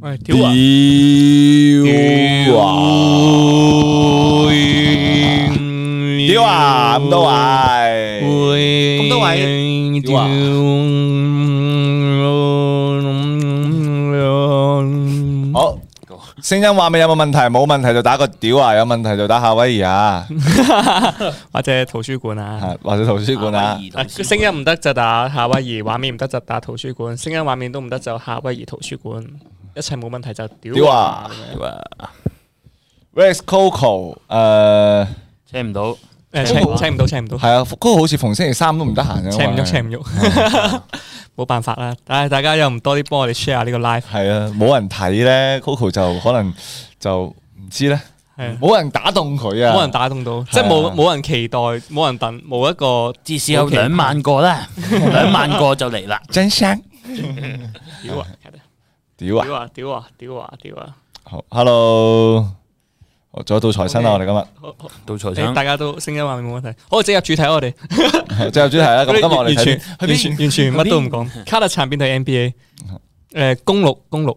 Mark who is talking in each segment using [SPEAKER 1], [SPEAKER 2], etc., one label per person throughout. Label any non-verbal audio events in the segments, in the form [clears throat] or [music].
[SPEAKER 1] 喂，
[SPEAKER 2] 屌
[SPEAKER 1] 屌啊！
[SPEAKER 2] 屌啊！咁多位，
[SPEAKER 1] 咁多位，
[SPEAKER 2] 屌啊好。聲音畫面有冇問題？冇問題就打個屌啊！有問題就打夏威夷啊，
[SPEAKER 1] 或者圖書館啊，
[SPEAKER 2] 啊或者圖書館啊。
[SPEAKER 1] 啊聲音唔得就打夏威夷，畫面唔得就打圖書館，聲音畫面都唔得就夏威夷圖書館，一切冇問題就
[SPEAKER 2] 屌
[SPEAKER 1] 屌
[SPEAKER 2] 啊
[SPEAKER 1] 啊！
[SPEAKER 2] Rex Coco，誒
[SPEAKER 3] 請唔到，
[SPEAKER 1] 誒，
[SPEAKER 3] 請唔到
[SPEAKER 1] 請請唔到，請唔到。
[SPEAKER 2] 係啊，Coco 好似逢星期三都唔得閒嘅。
[SPEAKER 1] 請唔喐，請唔喐， [laughs] 冇辦法啦。但係大家又唔多啲幫我哋 share 呢個 live，
[SPEAKER 2] 係啊，冇人睇咧，Coco 就可能就唔知咧，
[SPEAKER 1] 係啊
[SPEAKER 2] 冇人打動佢啊，
[SPEAKER 1] 冇人打動到，即係
[SPEAKER 2] 係
[SPEAKER 1] 冇
[SPEAKER 2] 啊
[SPEAKER 1] 冇人期待，冇人等，冇一個
[SPEAKER 3] 至少有兩萬個 [laughs] 啦，兩萬個就嚟啦。
[SPEAKER 2] 真聲
[SPEAKER 1] 屌啊！
[SPEAKER 2] 屌啊！
[SPEAKER 1] 屌啊！屌啊！屌啊！屌啊！
[SPEAKER 2] 好，Hello，好仲有到財新啦，我
[SPEAKER 1] OK
[SPEAKER 2] 哋今日
[SPEAKER 1] 好好
[SPEAKER 3] 到財
[SPEAKER 1] 大家都聲音畫面冇問題。好，直入主題啊我哋。
[SPEAKER 2] 最後主題啦。咁今日我哋
[SPEAKER 1] 完
[SPEAKER 2] 睇
[SPEAKER 1] 全
[SPEAKER 2] 邊去
[SPEAKER 1] 完全
[SPEAKER 2] 邊
[SPEAKER 1] 完全乜都唔講。卡特殘變睇 NBA。誒，公鹿公鹿，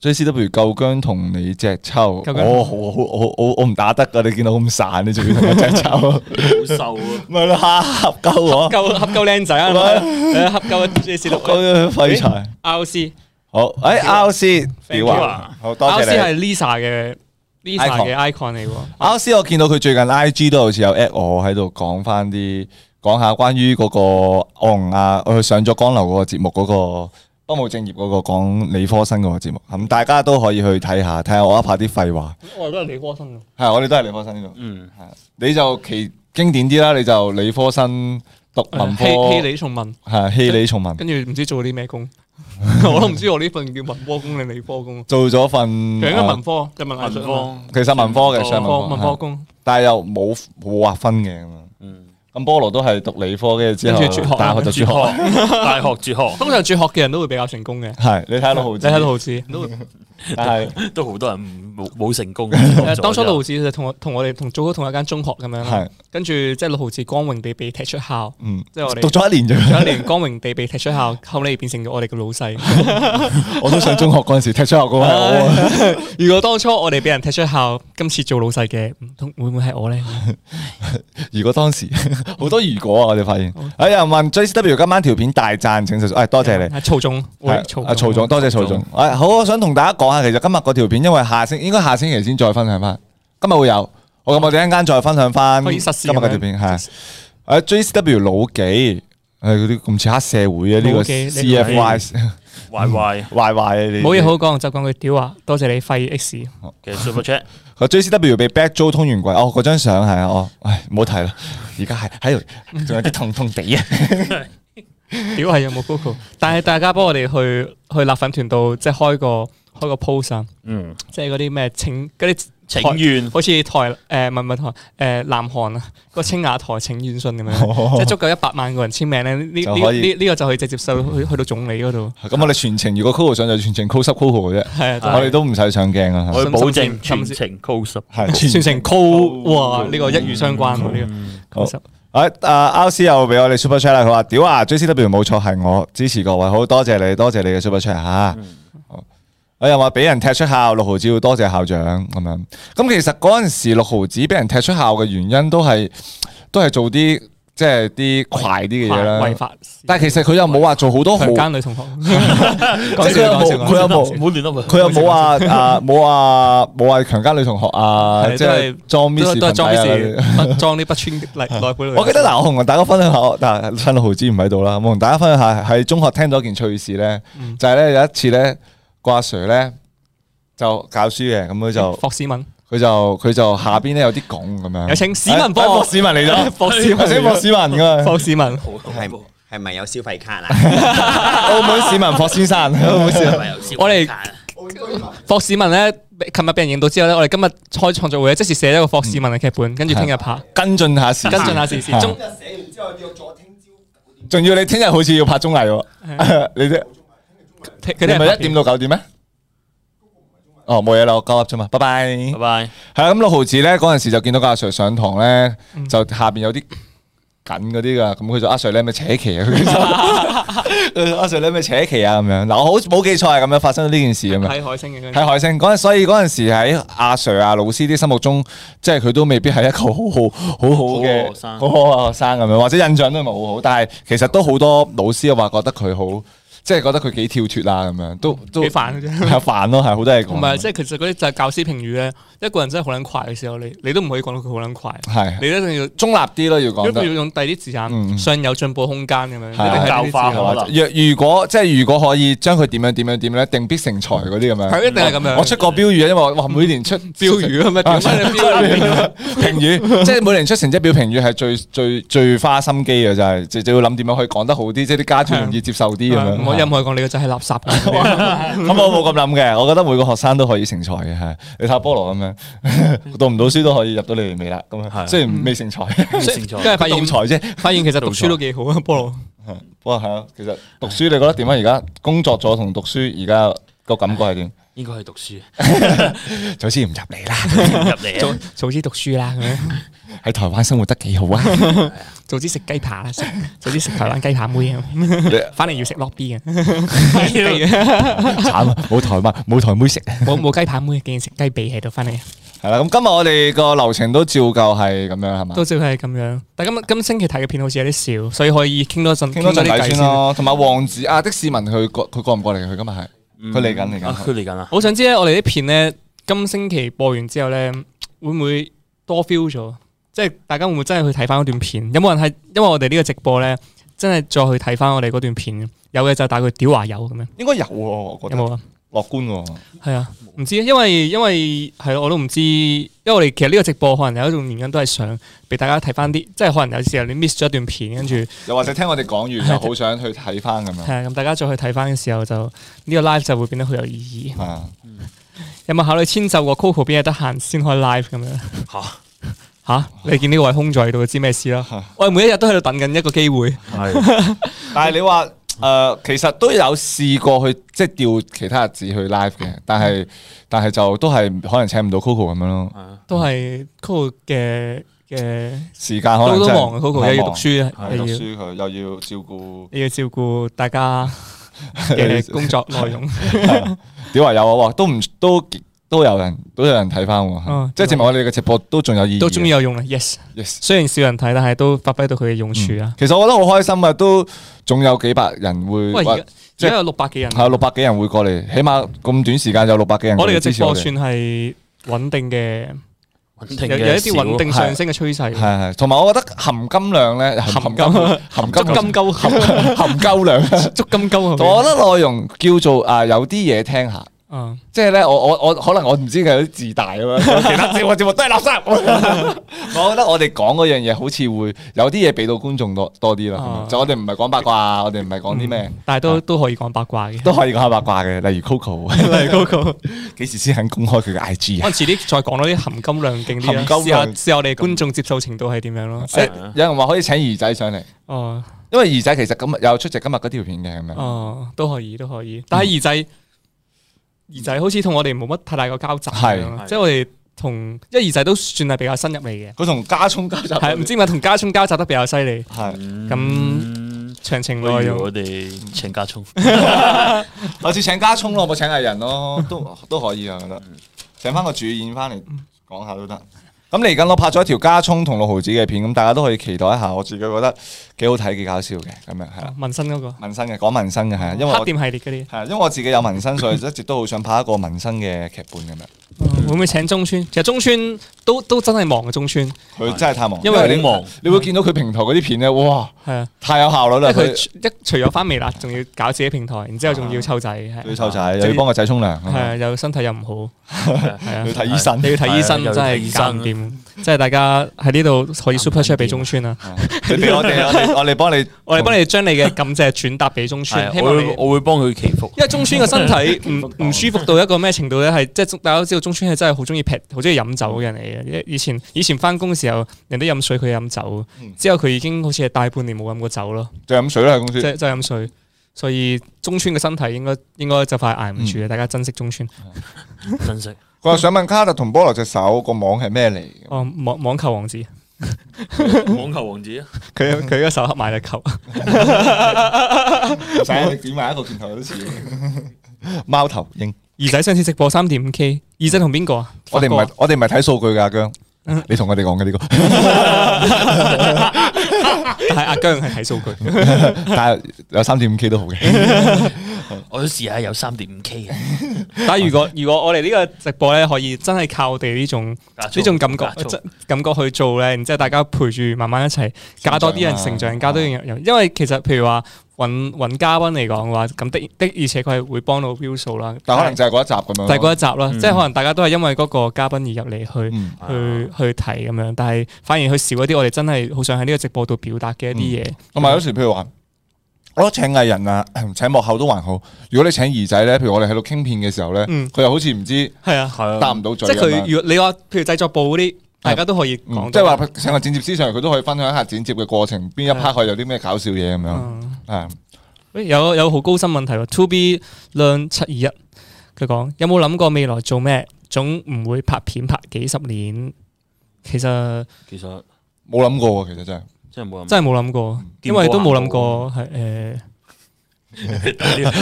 [SPEAKER 2] ？JCW 舊姜同你隻抽，
[SPEAKER 1] 舊姜
[SPEAKER 2] 我好我我我我唔打得噶，你見到咁散，你仲要同我隻抽，
[SPEAKER 3] 好瘦啊！
[SPEAKER 2] 咪咯嚇合鳩我，
[SPEAKER 1] 夠合夠靚仔啊！誒，合夠 JC
[SPEAKER 2] 合
[SPEAKER 1] 六
[SPEAKER 2] 鳩廢柴。
[SPEAKER 1] ，RC
[SPEAKER 2] 好，誒 R C 屌
[SPEAKER 3] 屌
[SPEAKER 2] 啊
[SPEAKER 3] 啊，
[SPEAKER 2] 好多
[SPEAKER 1] RC
[SPEAKER 2] 謝
[SPEAKER 1] 係
[SPEAKER 2] 你。
[SPEAKER 1] Lisa 嘅 Lisa 嘅 icon 嚟喎。
[SPEAKER 2] R C 我見到佢最近 I G 都好似有 at 我喺度講翻啲講下關於嗰個我同阿佢上咗江流嗰個節目嗰個不務正業嗰個講理科生嗰個節目，咁大家都可以去睇下，睇下我一拍啲廢話。
[SPEAKER 1] 我都係理科生啊嘅。
[SPEAKER 2] 係，啊我哋都係理科生呢度。
[SPEAKER 3] 嗯，
[SPEAKER 2] 你就其經典啲啦，你就理科生讀文科，
[SPEAKER 1] 啊希希理重文，
[SPEAKER 2] 係啊希理重文，
[SPEAKER 1] 跟住唔知做啲咩工， [laughs] 我都唔知我呢份叫文科工定理科工。
[SPEAKER 2] 做咗份
[SPEAKER 1] 其實應該文
[SPEAKER 2] 呃
[SPEAKER 1] 科，人文藝術啊嘛
[SPEAKER 2] 其實文科嘅上
[SPEAKER 1] 文科
[SPEAKER 2] 文
[SPEAKER 1] 文
[SPEAKER 2] 科
[SPEAKER 1] 科
[SPEAKER 2] 係，啊
[SPEAKER 1] 工，
[SPEAKER 2] 但係又冇冇劃分嘅咁啊。
[SPEAKER 3] 嗯，
[SPEAKER 2] 咁菠蘿都係讀理科嘅，之後
[SPEAKER 1] 跟住輟學
[SPEAKER 2] 大學就輟學。
[SPEAKER 3] 大學哲學
[SPEAKER 1] 通常輟學嘅人都會比較成功嘅。
[SPEAKER 2] 係你睇到豪
[SPEAKER 1] 你
[SPEAKER 2] 子，
[SPEAKER 1] 睇到豪子，都
[SPEAKER 2] 但係
[SPEAKER 3] [laughs] 都好多人唔冇冇成 [laughs] 功。
[SPEAKER 1] 誒當初六毫子就同我同我哋同組咗同一間中學咁樣，
[SPEAKER 2] 係
[SPEAKER 1] 跟住即係六毫子光榮地被踢出校，
[SPEAKER 2] 嗯，
[SPEAKER 1] 即係我哋
[SPEAKER 2] 讀咗一年
[SPEAKER 1] 有一 [laughs]
[SPEAKER 2] 啫。
[SPEAKER 1] 年光榮地被踢出
[SPEAKER 2] [laughs]
[SPEAKER 1] 校，後嚟變成咗我哋嘅老細。
[SPEAKER 2] 我都上中學嗰陣時踢出學嗰個係我啊。
[SPEAKER 1] 如果當初我哋俾人踢出校，今次做老細嘅，唔通會唔會係我咧？
[SPEAKER 2] 如果當時 [laughs] 好多如果啊，我哋發現。哎呀，問 JCW 今晚條片大讚，請實，哎多謝你。
[SPEAKER 1] 啊曹總，喂
[SPEAKER 2] 係啊，曹總，多謝曹總。哎，好，我想同大家講下，其實今日嗰條片，因為下星應該下星期先再分享翻，今日會有。我咁我哋一陣間再分享翻
[SPEAKER 1] 可
[SPEAKER 2] 今
[SPEAKER 1] 以
[SPEAKER 2] 日
[SPEAKER 1] 實施
[SPEAKER 2] 嗰條片係。哎誒 JCW 老幾？誒嗰啲咁似黑社會啊！呢個
[SPEAKER 1] 老幾你
[SPEAKER 2] CFY [laughs]
[SPEAKER 3] 壞壞
[SPEAKER 2] 壞壞啊！你
[SPEAKER 1] 冇嘢好講，就講句屌啊！多謝你廢 X，
[SPEAKER 3] 嘅 super chat，
[SPEAKER 2] 個 JCW 被 back 租通完櫃，哦，嗰張相係啊，哦，唉，唔好睇啦，而家係喺度，仲有啲痛痛地啊， [laughs]
[SPEAKER 1] 屌係有啊冇 Google？但係大家幫我哋去去辣粉團度，即係開個開個 post 啊，
[SPEAKER 3] 嗯，
[SPEAKER 1] 即係嗰啲咩請嗰啲。
[SPEAKER 3] [laughs] 請願
[SPEAKER 1] 好似台誒唔係唔係台誒、南韓啊個青瓦台請願信咁樣，即係足夠一百萬個人簽名咧，呢
[SPEAKER 2] 哦就
[SPEAKER 1] 呢
[SPEAKER 2] 可以
[SPEAKER 1] 呢呢個就可以直接收去去到總理嗰度，
[SPEAKER 2] 咁我哋全程如果 Coco 上就全程 close up Coco 嘅啫，
[SPEAKER 1] 係
[SPEAKER 2] 我
[SPEAKER 1] 啊，
[SPEAKER 2] 哋都唔使上鏡啊，
[SPEAKER 3] 我
[SPEAKER 1] 甚
[SPEAKER 3] 保
[SPEAKER 1] 甚
[SPEAKER 3] 證
[SPEAKER 1] 至
[SPEAKER 3] 全
[SPEAKER 1] 甚
[SPEAKER 3] 程 close
[SPEAKER 2] 係
[SPEAKER 1] [laughs] 就全
[SPEAKER 2] 全嗯
[SPEAKER 1] 程 call 哇！呢、個一語相關喎，呢、個
[SPEAKER 2] 好
[SPEAKER 1] 確實
[SPEAKER 2] 誒啊 R C 又俾我哋 super chat 啦，佢話屌啊 JCW 冇錯係我支持各位，好多謝你，多謝你嘅 super chat 吓，好我又話俾人踢出校，六毫子要多謝校長咁樣，咁其實嗰陣時六毫子俾人踢出校嘅原因都係都係做啲即係啲快啲嘅嘢啦
[SPEAKER 1] 違。法，
[SPEAKER 2] 但係其實佢又冇話做好多好，
[SPEAKER 1] 強
[SPEAKER 2] 即
[SPEAKER 1] 奸女同學，講
[SPEAKER 2] 係佢又
[SPEAKER 1] 笑講笑
[SPEAKER 2] 冇，
[SPEAKER 1] 講
[SPEAKER 2] 佢
[SPEAKER 1] 笑
[SPEAKER 2] 又
[SPEAKER 3] 唔好
[SPEAKER 2] 冇，
[SPEAKER 3] 亂噏啊！
[SPEAKER 2] 佢又冇話
[SPEAKER 1] [laughs]
[SPEAKER 2] 啊，冇話冇話強奸女同學啊，
[SPEAKER 1] 係
[SPEAKER 2] 即
[SPEAKER 1] 都
[SPEAKER 2] 係
[SPEAKER 1] 係
[SPEAKER 2] 裝 miss
[SPEAKER 1] 都都係裝
[SPEAKER 2] 裙底啊嗰啲
[SPEAKER 1] 啲事，裝啲不穿內內褲。
[SPEAKER 2] 我記得嗱，我同大家分享下，我但係趁豪子唔喺度啦，我同大家分享下喺中學聽到一件趣事咧，
[SPEAKER 1] 嗯
[SPEAKER 2] 就係咧有一次咧個阿 Sir 咧就教書嘅，咁佢就
[SPEAKER 1] 霍市民，
[SPEAKER 2] 佢就佢就下邊咧有啲拱咁樣，
[SPEAKER 1] 有請市民幫
[SPEAKER 2] 哎
[SPEAKER 1] 我
[SPEAKER 2] 哎市民
[SPEAKER 1] [laughs]
[SPEAKER 2] 嚟咗，
[SPEAKER 1] 霍市
[SPEAKER 2] 有請
[SPEAKER 1] 民，
[SPEAKER 2] 博市民㗎嘛
[SPEAKER 1] 霍市民，
[SPEAKER 4] 係係咪有消費卡啊？
[SPEAKER 2] 澳門市民霍先生，澳門市民
[SPEAKER 3] 係咪有消費卡啊
[SPEAKER 1] 霍市民咧，琴日俾人影到之後咧，我哋今日開創作會咧，即時寫咗個霍市民嘅劇本，跟住聽日拍，
[SPEAKER 2] 跟進下時事，
[SPEAKER 1] 跟進下時事
[SPEAKER 2] 係
[SPEAKER 1] 中
[SPEAKER 4] 寫完之後約咗聽朝九點。
[SPEAKER 2] 仲要你聽日好似要拍綜藝喎， [laughs] 你啲
[SPEAKER 1] 佢
[SPEAKER 2] 你
[SPEAKER 1] 哋
[SPEAKER 2] 咪
[SPEAKER 1] 係
[SPEAKER 2] 一點到九點咩？哦，冇嘢啦，我交噏啫嘛，拜拜。啊
[SPEAKER 3] 拜拜，
[SPEAKER 1] 嗯
[SPEAKER 2] 係啦，咁六毫子咧嗰陣時就見到個阿 Sir 上堂咧，就下邊有啲緊嗰啲噶，咁佢就阿 Sir 你係咪扯旗啊？佢就
[SPEAKER 1] [laughs]
[SPEAKER 2] 佢就阿 Sir 你係咪扯旗啊？咁樣嗱，我好冇記錯係咁樣發生咗呢件事咁樣。
[SPEAKER 1] 睇海星嘅。
[SPEAKER 2] 喺海星嗰陣，所以嗰陣時喺阿 Sir 啊老師啲心目中，即係佢都未必係一個好好好好
[SPEAKER 3] 好學
[SPEAKER 2] 嘅
[SPEAKER 3] 生
[SPEAKER 2] 好好嘅學生咁樣，或者印象都唔係好好。但係其實都好多老師話覺得佢好，即係覺得佢幾跳脱啊咁樣，都都
[SPEAKER 1] 幾煩嘅啫
[SPEAKER 2] 係啊煩咯，係好多嘢講。
[SPEAKER 1] 同埋即係其實嗰啲就係教師評語咧，一個人真係好撚快嘅時候，你你都唔可以講到佢好撚快，
[SPEAKER 2] 係
[SPEAKER 1] 你一定要。
[SPEAKER 2] 中立啲咯，要講
[SPEAKER 1] 如
[SPEAKER 2] 得
[SPEAKER 1] 果。要用第啲字
[SPEAKER 2] 嗯
[SPEAKER 1] 眼，尚有進步空間咁樣，一定係呢啲
[SPEAKER 2] 係
[SPEAKER 1] 字眼
[SPEAKER 3] 教化
[SPEAKER 2] 係
[SPEAKER 3] 可
[SPEAKER 2] 嘛
[SPEAKER 3] 能
[SPEAKER 2] 若如果即係如果可以將佢點樣點樣點樣咧，定必成才嗰啲咁樣。
[SPEAKER 1] 係一定係咁樣
[SPEAKER 2] 我出過標語啊，因為我哇每年出
[SPEAKER 1] 標語咁樣，
[SPEAKER 2] [laughs]
[SPEAKER 1] 點解你標語？啊
[SPEAKER 2] 評
[SPEAKER 1] [laughs]
[SPEAKER 2] 語，即係每年出成績表評語係最最最花心機嘅就係，就就要諗點樣可以講得好啲，即係啲家長容易接受啲咁樣。
[SPEAKER 1] 唔好啊任何講你個仔係垃圾咁樣。
[SPEAKER 2] [laughs] 咁我冇咁諗嘅，我覺得每個學生都可以成才嘅，係你睇下菠蘿咁樣， [laughs] 讀唔到書都可以入到你哋未啦，咁樣
[SPEAKER 3] 係
[SPEAKER 2] 雖然未成才，獨
[SPEAKER 3] 成咗
[SPEAKER 1] 跟住嗯
[SPEAKER 2] [laughs]
[SPEAKER 1] 發現
[SPEAKER 2] 才啫。
[SPEAKER 1] 發現其實讀書都幾好啊，菠蘿。
[SPEAKER 2] 不過係啊，其實讀書你覺得點啊？而家工作咗同讀書而家個感覺
[SPEAKER 1] [laughs]
[SPEAKER 2] 係點？
[SPEAKER 3] 應該去讀書
[SPEAKER 2] 早知唔入嚟啦，
[SPEAKER 3] 入嚟啊，
[SPEAKER 1] [laughs] 早知讀書啦，咁樣
[SPEAKER 2] 喺台灣生活得幾好啊！ [laughs]
[SPEAKER 1] 早知食雞扒啦，食早知食台灣雞扒妹啊， [laughs] 反嚟要食 [laughs] lobby 嘅，
[SPEAKER 2] 慘啊，冇台灣冇台妹食。
[SPEAKER 1] 冇冇雞扒妹，竟然食雞髀喺度翻嚟，
[SPEAKER 2] 係啦，咁今日我哋個流程都照舊係咁樣係嘛？
[SPEAKER 1] 都照係咁樣。但今今星期睇嘅片好似有啲少，所以可以傾多陣，
[SPEAKER 2] 傾多陣
[SPEAKER 1] 啲
[SPEAKER 2] 偈
[SPEAKER 1] 偈
[SPEAKER 2] 先。咯。同埋王子啊，的市民佢過佢過唔過嚟？佢今日係佢嚟緊嚟
[SPEAKER 3] 啊
[SPEAKER 2] 緊。
[SPEAKER 3] 佢嚟緊啦，
[SPEAKER 1] 我想知咧，我哋啲片咧，今星期播完之後咧，會唔會多 feel 咗？即係大家會唔會真係去睇翻嗰段片？有冇人係因為我哋呢個直播咧，真係再去睇翻我哋嗰段片？有嘅就打佢屌華友咁樣，
[SPEAKER 2] 應該有喎，我
[SPEAKER 1] 有
[SPEAKER 2] 覺得
[SPEAKER 1] 冇啊？
[SPEAKER 2] 樂觀喎。
[SPEAKER 1] 係啊，唔知，因為因為係咯，我都唔知，因為我哋其實呢個直播可能有一種原因都係想俾大家睇翻啲，即係可能有時候你 miss 咗一段片，跟住係
[SPEAKER 2] 又或者聽我哋講 [laughs] 完，又好想去睇翻咁樣。
[SPEAKER 1] 啊，咁大家再去睇翻嘅時候就呢個 live 就會變得好有意義。啊
[SPEAKER 2] 啊，
[SPEAKER 1] 有冇考慮遷就過 Coco 邊日得閒先開 live 咁樣？
[SPEAKER 3] 吓
[SPEAKER 1] 吓，你見呢個位空咗喺度，就知咩事啦？我哋每一日都喺度等緊一個機會，
[SPEAKER 3] 係
[SPEAKER 2] 但係你話誒，其實都有試過去即係調其他日子去 live 嘅，但係但係就都係可能請唔到 Coco 咁樣咯。
[SPEAKER 1] 都係 Coco 嘅嘅
[SPEAKER 2] 時間可能
[SPEAKER 1] 都都
[SPEAKER 2] 真係
[SPEAKER 1] 忙嘅啊 Coco，又要讀書，啊
[SPEAKER 2] 係
[SPEAKER 1] 又
[SPEAKER 2] 讀
[SPEAKER 1] 要
[SPEAKER 2] 書佢又要照顧。
[SPEAKER 1] 又要照顧大家
[SPEAKER 2] [laughs]
[SPEAKER 1] 嘅工作內容。
[SPEAKER 2] 屌話有啊，喎，都唔都都有人都有人睇翻喎
[SPEAKER 1] 嗯，
[SPEAKER 2] 即係證明我哋嘅直播都仲有意義嘅。啊
[SPEAKER 1] 都終於有用啦，yes。
[SPEAKER 2] Yes
[SPEAKER 1] 雖然少人睇，但係都發揮到佢嘅用處啊！
[SPEAKER 2] 其實我覺得好開心啊，都仲有幾百人會，
[SPEAKER 1] 喂，而家
[SPEAKER 2] 即係
[SPEAKER 1] 而家有六百幾人，
[SPEAKER 2] 係六百幾人會過嚟，起碼咁短時間有六百幾人過
[SPEAKER 1] 我
[SPEAKER 2] 嚟
[SPEAKER 1] 哋嘅
[SPEAKER 2] 支
[SPEAKER 1] 直
[SPEAKER 2] 持我
[SPEAKER 1] 播
[SPEAKER 2] 哋。
[SPEAKER 1] 算係穩定嘅，
[SPEAKER 3] 穩定
[SPEAKER 1] 有
[SPEAKER 3] 嘅
[SPEAKER 1] 有一啲
[SPEAKER 3] 少
[SPEAKER 1] 穩定上升嘅趨勢。
[SPEAKER 2] 係係，同埋我覺得含金量咧，
[SPEAKER 1] 含
[SPEAKER 2] 含
[SPEAKER 1] 金
[SPEAKER 2] 金含
[SPEAKER 1] 足
[SPEAKER 2] 金
[SPEAKER 1] 金鳩，
[SPEAKER 2] [laughs] 含金
[SPEAKER 1] [laughs]
[SPEAKER 2] 量，
[SPEAKER 1] 足金鳩
[SPEAKER 2] [laughs]
[SPEAKER 1] 係咪
[SPEAKER 2] 我覺得內容叫做啊有啲嘢
[SPEAKER 1] [laughs]
[SPEAKER 2] 聽下。
[SPEAKER 1] 嗯，
[SPEAKER 2] 即係咧，我我我可能我唔知佢有啲自大咁樣，其他節目節目都係垃圾。 [laughs] 我覺得我哋講嗰樣嘢好似會有啲嘢俾到觀眾多多啲啦。
[SPEAKER 1] 啊
[SPEAKER 2] 就我哋唔係講八卦，我哋唔係講啲咩，
[SPEAKER 1] 但係都都可以講八卦嘅。
[SPEAKER 2] 都可以講下八卦嘅，例如 Coco
[SPEAKER 1] [laughs] 例如嗰個，
[SPEAKER 2] [laughs] 幾時先肯公開佢嘅
[SPEAKER 1] [laughs]
[SPEAKER 2] IG
[SPEAKER 1] 我
[SPEAKER 2] 啊？
[SPEAKER 1] 遲啲再講多啲含金量勁啲啦，
[SPEAKER 2] 含金
[SPEAKER 1] 試下
[SPEAKER 2] 量
[SPEAKER 1] 試下我哋觀眾接受程度係點樣咯。
[SPEAKER 2] 即係啊有人話可以請兒仔上嚟，
[SPEAKER 1] 哦
[SPEAKER 2] 因為兒仔其實今日有出席今日嗰條片嘅咁樣。
[SPEAKER 1] 哦，都可以都可以。但係兒
[SPEAKER 2] 嗯
[SPEAKER 1] 仔兒仔好似同我哋冇乜太大個交集咁樣咯，
[SPEAKER 3] 係
[SPEAKER 1] 即係我哋同，因為兒仔都算係比較新入嚟嘅。
[SPEAKER 2] 佢同家聰家集
[SPEAKER 1] 係唔知點解同家聰交集得比較犀利，
[SPEAKER 2] 係
[SPEAKER 1] 咁
[SPEAKER 3] 嗯
[SPEAKER 1] 長情
[SPEAKER 3] 不
[SPEAKER 1] 內
[SPEAKER 3] 如
[SPEAKER 1] 容
[SPEAKER 3] 我哋請家聰，
[SPEAKER 2] 下次請家聰咯，我冇請藝人咯，都都可以啊，我覺得
[SPEAKER 1] 嗯
[SPEAKER 2] 請翻個主演翻嚟講下都得。咁嚟緊我拍咗一條家聰同六毫子嘅片，咁大家都可以期待一下。我自己覺得幾好睇，幾搞笑嘅，咁樣係啦。
[SPEAKER 1] 紋身嗰個
[SPEAKER 2] 紋身嘅講紋身嘅係啊，因
[SPEAKER 1] [laughs]
[SPEAKER 2] 為
[SPEAKER 1] 黑
[SPEAKER 2] 我
[SPEAKER 1] 店系列嗰
[SPEAKER 2] 係啊因為我自己有紋身，所以一直都好想拍一個紋身嘅劇本咁樣。
[SPEAKER 1] 啲，會唔會請中村？其實中村都都真係忙啊嘅中村，
[SPEAKER 2] 佢真係太忙，
[SPEAKER 1] 因為
[SPEAKER 2] 你
[SPEAKER 3] 好忙，
[SPEAKER 2] 你會見到佢平台嗰啲片咧，哇，
[SPEAKER 1] 係啊，
[SPEAKER 2] 太有效率
[SPEAKER 1] 因
[SPEAKER 2] 啦！
[SPEAKER 1] 為
[SPEAKER 2] 佢
[SPEAKER 1] 佢除一除咗翻微辣，仲要搞自己平台，然之後仲要湊仔，係啊
[SPEAKER 2] 佢湊仔，又要幫個仔沖涼，
[SPEAKER 1] 係啊，又身體又唔
[SPEAKER 2] [laughs]
[SPEAKER 1] 好，係啊
[SPEAKER 2] 要。睇醫生。
[SPEAKER 1] 你要睇醫生
[SPEAKER 3] 係啊又
[SPEAKER 1] 真係搞唔
[SPEAKER 3] 要睇醫
[SPEAKER 1] 掂，即係大家喺呢度可以 super chat 俾中村啊！
[SPEAKER 2] [laughs] 你俾我哋，我哋我哋幫你，
[SPEAKER 1] 我哋幫你將你嘅感謝轉達俾中村，
[SPEAKER 3] 係
[SPEAKER 1] 希
[SPEAKER 3] 我
[SPEAKER 1] 望
[SPEAKER 3] 會
[SPEAKER 1] 你
[SPEAKER 3] 我會幫佢祈福，
[SPEAKER 1] 因為中村個身體唔 [laughs] 唔舒服到一個咩程度咧，係即係大家都知道中村係真係好中意劈，好中意飲酒嘅人嚟嘅。以以前以前翻工嘅時候，人哋飲水佢飲酒
[SPEAKER 2] 嗯，
[SPEAKER 1] 之後佢已經好似係大半年冇飲過酒咯，
[SPEAKER 2] 就飲水啦，喺公司
[SPEAKER 1] 即。係即係飲水。所以中村嘅身體應該應該就快捱唔住嘅，大家珍惜中村。
[SPEAKER 3] 珍惜 [laughs]
[SPEAKER 2] 佢話想問卡特同菠蘿隻手個網係咩嚟？
[SPEAKER 1] 哦，網網球王子，
[SPEAKER 5] 網球王子啊，
[SPEAKER 1] 佢佢嗰手黑埋隻球，啊
[SPEAKER 2] [laughs] 使你剪埋一個拳頭都似。貓頭鷹，
[SPEAKER 1] 二仔上次直播三點五 K，二仔同邊個啊？
[SPEAKER 2] 我哋唔
[SPEAKER 1] 發哥
[SPEAKER 2] 係
[SPEAKER 1] 啊嗯
[SPEAKER 2] 我哋唔係睇數據噶，阿姜，你同我哋講嘅呢個， [laughs]
[SPEAKER 1] 但係阿姜係睇數據，
[SPEAKER 2] [laughs] 但係有三點五 K 都好
[SPEAKER 1] 嗯
[SPEAKER 2] 嘅。
[SPEAKER 3] 我都試下有三點五 K 嘅，
[SPEAKER 5] 啊
[SPEAKER 1] [laughs] 但係如果如果我哋呢個直播咧，可以真係靠我哋呢種呢種感覺
[SPEAKER 3] 加粗
[SPEAKER 1] 真感覺去做咧，然之後大家陪住慢慢一齊加多啲人成長，加多啲
[SPEAKER 2] 哦
[SPEAKER 1] 人，因為其實譬如話揾揾嘉賓嚟講嘅話，咁的的而且確係會幫到 view 數啦。
[SPEAKER 2] 但可能就嗯係嗰一集咁樣咯。
[SPEAKER 1] 但係嗰一集啦，即係可能大家都係因為嗰個嘉賓而入嚟去。
[SPEAKER 2] 嗯
[SPEAKER 1] 去去睇咁樣，但係反而去少一啲我哋真係好想喺呢個直播度表達嘅一啲嘢。
[SPEAKER 2] 同埋有時譬如話，我覺得請藝人啊， [clears throat] 請幕後都還好。如果你請兒仔咧，譬如我哋喺度傾片嘅時候咧，
[SPEAKER 1] 嗯
[SPEAKER 2] 佢又好似唔知
[SPEAKER 1] 係啊，
[SPEAKER 3] 係
[SPEAKER 2] 答
[SPEAKER 3] 啊，
[SPEAKER 2] 唔到
[SPEAKER 1] 即
[SPEAKER 2] 嘴
[SPEAKER 1] 係
[SPEAKER 2] 咁樣。
[SPEAKER 1] 佢如果你話譬如製作部嗰啲，大家都可以
[SPEAKER 2] 嗯
[SPEAKER 1] 講。
[SPEAKER 2] 即係話請個剪接師上嚟，佢都可以分享一下剪接嘅過程，邊一 part 佢有啲咩搞笑嘢咁樣。
[SPEAKER 1] 嗯
[SPEAKER 2] 啊，
[SPEAKER 1] 喂，有有好高深問題喎，To B 量七二一，佢講有冇諗過未來做咩？總唔會拍片拍幾十年。其實
[SPEAKER 5] 其實
[SPEAKER 2] 冇諗過喎，其實真係。
[SPEAKER 5] 真係冇人
[SPEAKER 1] 真係冇諗
[SPEAKER 2] 嗯
[SPEAKER 1] 過，因為都冇諗過係誒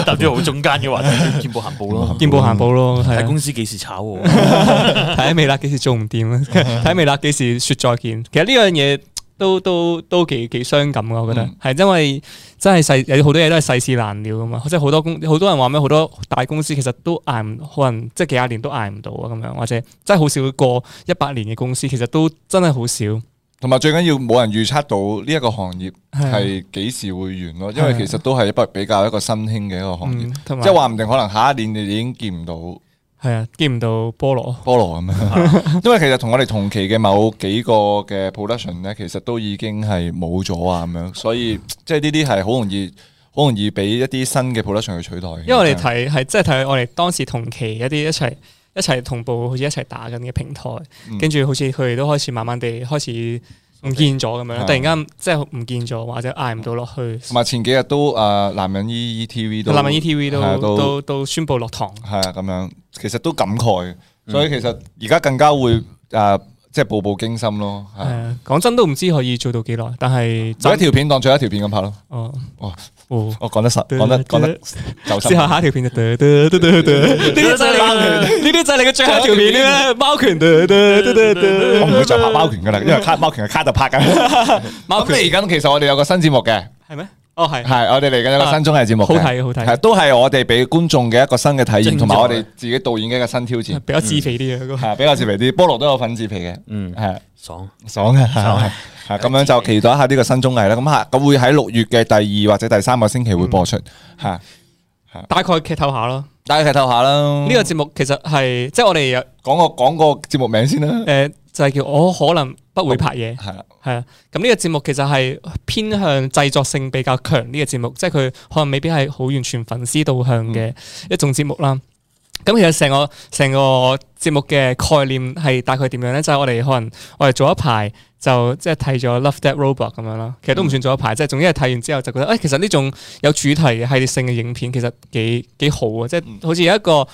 [SPEAKER 3] 答咗好中間嘅
[SPEAKER 1] [laughs]
[SPEAKER 3] 話題，
[SPEAKER 5] 見步行步咯。
[SPEAKER 1] 見步行步
[SPEAKER 2] 嗯
[SPEAKER 1] 咯，係
[SPEAKER 5] 睇
[SPEAKER 1] 啊
[SPEAKER 5] 公司幾時炒我？
[SPEAKER 1] 睇下微辣幾時做唔
[SPEAKER 2] [laughs]
[SPEAKER 1] 掂啊，
[SPEAKER 2] 嗯
[SPEAKER 1] 睇下微辣幾時説再見。其實呢樣嘢都都都幾幾傷感噶，我覺得
[SPEAKER 2] 嗯
[SPEAKER 1] 係、因為真係世有好多嘢都係世事難料噶嘛，即係好多公好多人話咩好多大公司其實都捱唔可能即係幾廿年都捱唔到啊咁樣，或者真係好少過一百年嘅公司，其實都真係好少。
[SPEAKER 2] 同埋最緊要冇人預測到呢一個行業
[SPEAKER 1] 係
[SPEAKER 2] 係幾時會完咯，因為其實都係一筆比較一個新興嘅一個行業，
[SPEAKER 1] 嗯同埋
[SPEAKER 2] 即係話唔定可能下一年你已經見唔到
[SPEAKER 1] 係啊，見唔到菠蘿。
[SPEAKER 2] 菠蘿咁樣。 [laughs] 因為其實同我哋同期嘅某幾個嘅 production 咧，其實都已經係冇咗啊咁樣，所以即係呢啲係好容易好容易俾一啲新嘅 production 去取代嘅。
[SPEAKER 1] 因為我哋睇係即係睇我哋當時同期一啲一齊一齊同步，好似一齊打緊嘅平台
[SPEAKER 2] 嗯，
[SPEAKER 1] 跟住、好似佢哋都開始慢慢地開始唔見咗咁樣，
[SPEAKER 2] 係
[SPEAKER 1] 突然間即係唔見咗，或者嗌唔到落去。
[SPEAKER 2] 同埋前幾日都誒男人 E E T V 都
[SPEAKER 1] 男人 ETV
[SPEAKER 2] 係啊
[SPEAKER 1] 都
[SPEAKER 2] 都
[SPEAKER 1] 都都宣布落堂，
[SPEAKER 2] 係啊，咁樣其實都感慨，所以其實而家更加會誒即係步步驚心咯。係啊
[SPEAKER 1] 誒講真都唔知可以做到幾耐，但係
[SPEAKER 2] 做一
[SPEAKER 1] 真
[SPEAKER 2] 條片當做一條片咁拍咯。
[SPEAKER 1] 哦
[SPEAKER 2] 哦
[SPEAKER 1] 哦，
[SPEAKER 2] 我講得實，講得講得就
[SPEAKER 1] 之
[SPEAKER 2] 心。
[SPEAKER 1] 後下一條片就得得得得得，呢啲就係你嘅呢啲就係你嘅最後一條片咧，貓拳得得得得得，
[SPEAKER 2] 我唔會再拍貓拳噶啦，因為卡貓拳係卡特拍緊。
[SPEAKER 1] 貓
[SPEAKER 2] [laughs] 咁
[SPEAKER 1] 拳
[SPEAKER 2] 你而家其實我哋有個新節目嘅，
[SPEAKER 1] 係咩？哦係，
[SPEAKER 2] [laughs] 係我哋嚟緊有個新綜藝節目嘅，
[SPEAKER 1] 好睇好睇
[SPEAKER 2] 係都係我哋俾觀眾嘅一個新嘅體驗，
[SPEAKER 3] 精彩
[SPEAKER 2] 同埋我哋自己導演嘅一個新挑
[SPEAKER 1] [laughs]
[SPEAKER 2] 戰。
[SPEAKER 1] 比較自肥啲嘅嗰個。
[SPEAKER 2] 係比較自肥啲，菠蘿都有份自肥嘅，
[SPEAKER 5] 嗯
[SPEAKER 2] 係
[SPEAKER 5] 爽，
[SPEAKER 2] 爽嘅， [laughs] 係咁樣就期待一下呢個新綜藝啦。咁下咁會喺六月嘅第二或者第三個星期會播出，嚇
[SPEAKER 1] 大概劇透下咯。
[SPEAKER 2] 大家劇透下啦。
[SPEAKER 1] 呢個節目其實係即係我哋有
[SPEAKER 2] 講個講個節目名先
[SPEAKER 1] [laughs]
[SPEAKER 2] 啦，
[SPEAKER 1] 誒就係叫我可能不會拍嘢，
[SPEAKER 2] 係啦，
[SPEAKER 1] 係啊。咁呢個節目其實係偏向製作性比較強呢個節目，即係佢可能未必係好完全粉絲導向嘅一種節目啦。咁其實成個成個節目嘅概念係大概點樣咧？就係、我哋可能我哋做一排就即係睇咗《Love That Robot》咁樣啦，其實
[SPEAKER 2] 嗯
[SPEAKER 1] 都唔算做一排，即係總之係睇完之後就覺得，誒、哎其實呢種有主題嘅系列性嘅影片其實幾幾好啊！即係
[SPEAKER 2] 嗯
[SPEAKER 1] 好似有一個誒、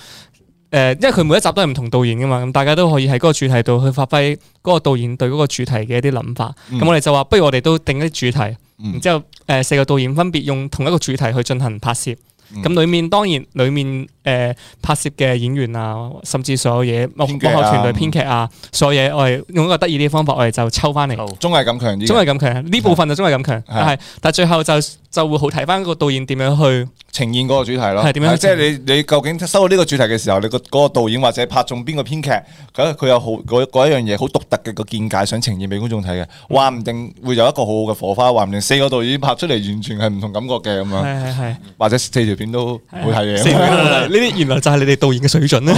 [SPEAKER 1] 因為佢每一集都係唔同導演噶嘛，咁大家都可以喺嗰個主題度去發揮嗰個導演對嗰個主題嘅一啲諗法。
[SPEAKER 2] 嗯
[SPEAKER 1] 咁、我哋就話，不如我哋都定一啲主題，
[SPEAKER 2] 嗯
[SPEAKER 1] 然之後誒、四個導演分別用同一個主題去進行拍攝。
[SPEAKER 2] 嗯
[SPEAKER 1] 咁裡面當然裡面誒、拍攝嘅演員啊，甚至所有嘢幕
[SPEAKER 2] 編劇啊
[SPEAKER 1] 幕後團隊編劇啊，所有嘢我哋用一個得意啲嘅方法，我哋就抽翻嚟。
[SPEAKER 3] 好
[SPEAKER 2] 綜藝咁強啲嘅，
[SPEAKER 1] 中係咁強，呢部分就中係咁強，但係但係最後就就會好睇翻個導演點樣去
[SPEAKER 2] 呈現嗰個主題咯，
[SPEAKER 1] 係點樣
[SPEAKER 2] 即係你你究竟收到呢個主題嘅時候，你個嗰個導演或者拍中邊個編劇，佢佢有好嗰嗰一樣嘢好獨特嘅個見解，想呈現俾觀眾
[SPEAKER 1] 嗯
[SPEAKER 2] 睇嘅，話唔定會有一個好好嘅火花，話唔定四個導演拍出嚟完全係唔同感覺嘅咁
[SPEAKER 1] 係
[SPEAKER 2] 樣，
[SPEAKER 1] 係 [laughs] 係
[SPEAKER 2] 或者四條片都好睇
[SPEAKER 1] 四個
[SPEAKER 2] 嘅。 [laughs]
[SPEAKER 1] 呢啲原來就係你哋導演嘅水準 [laughs] 啦。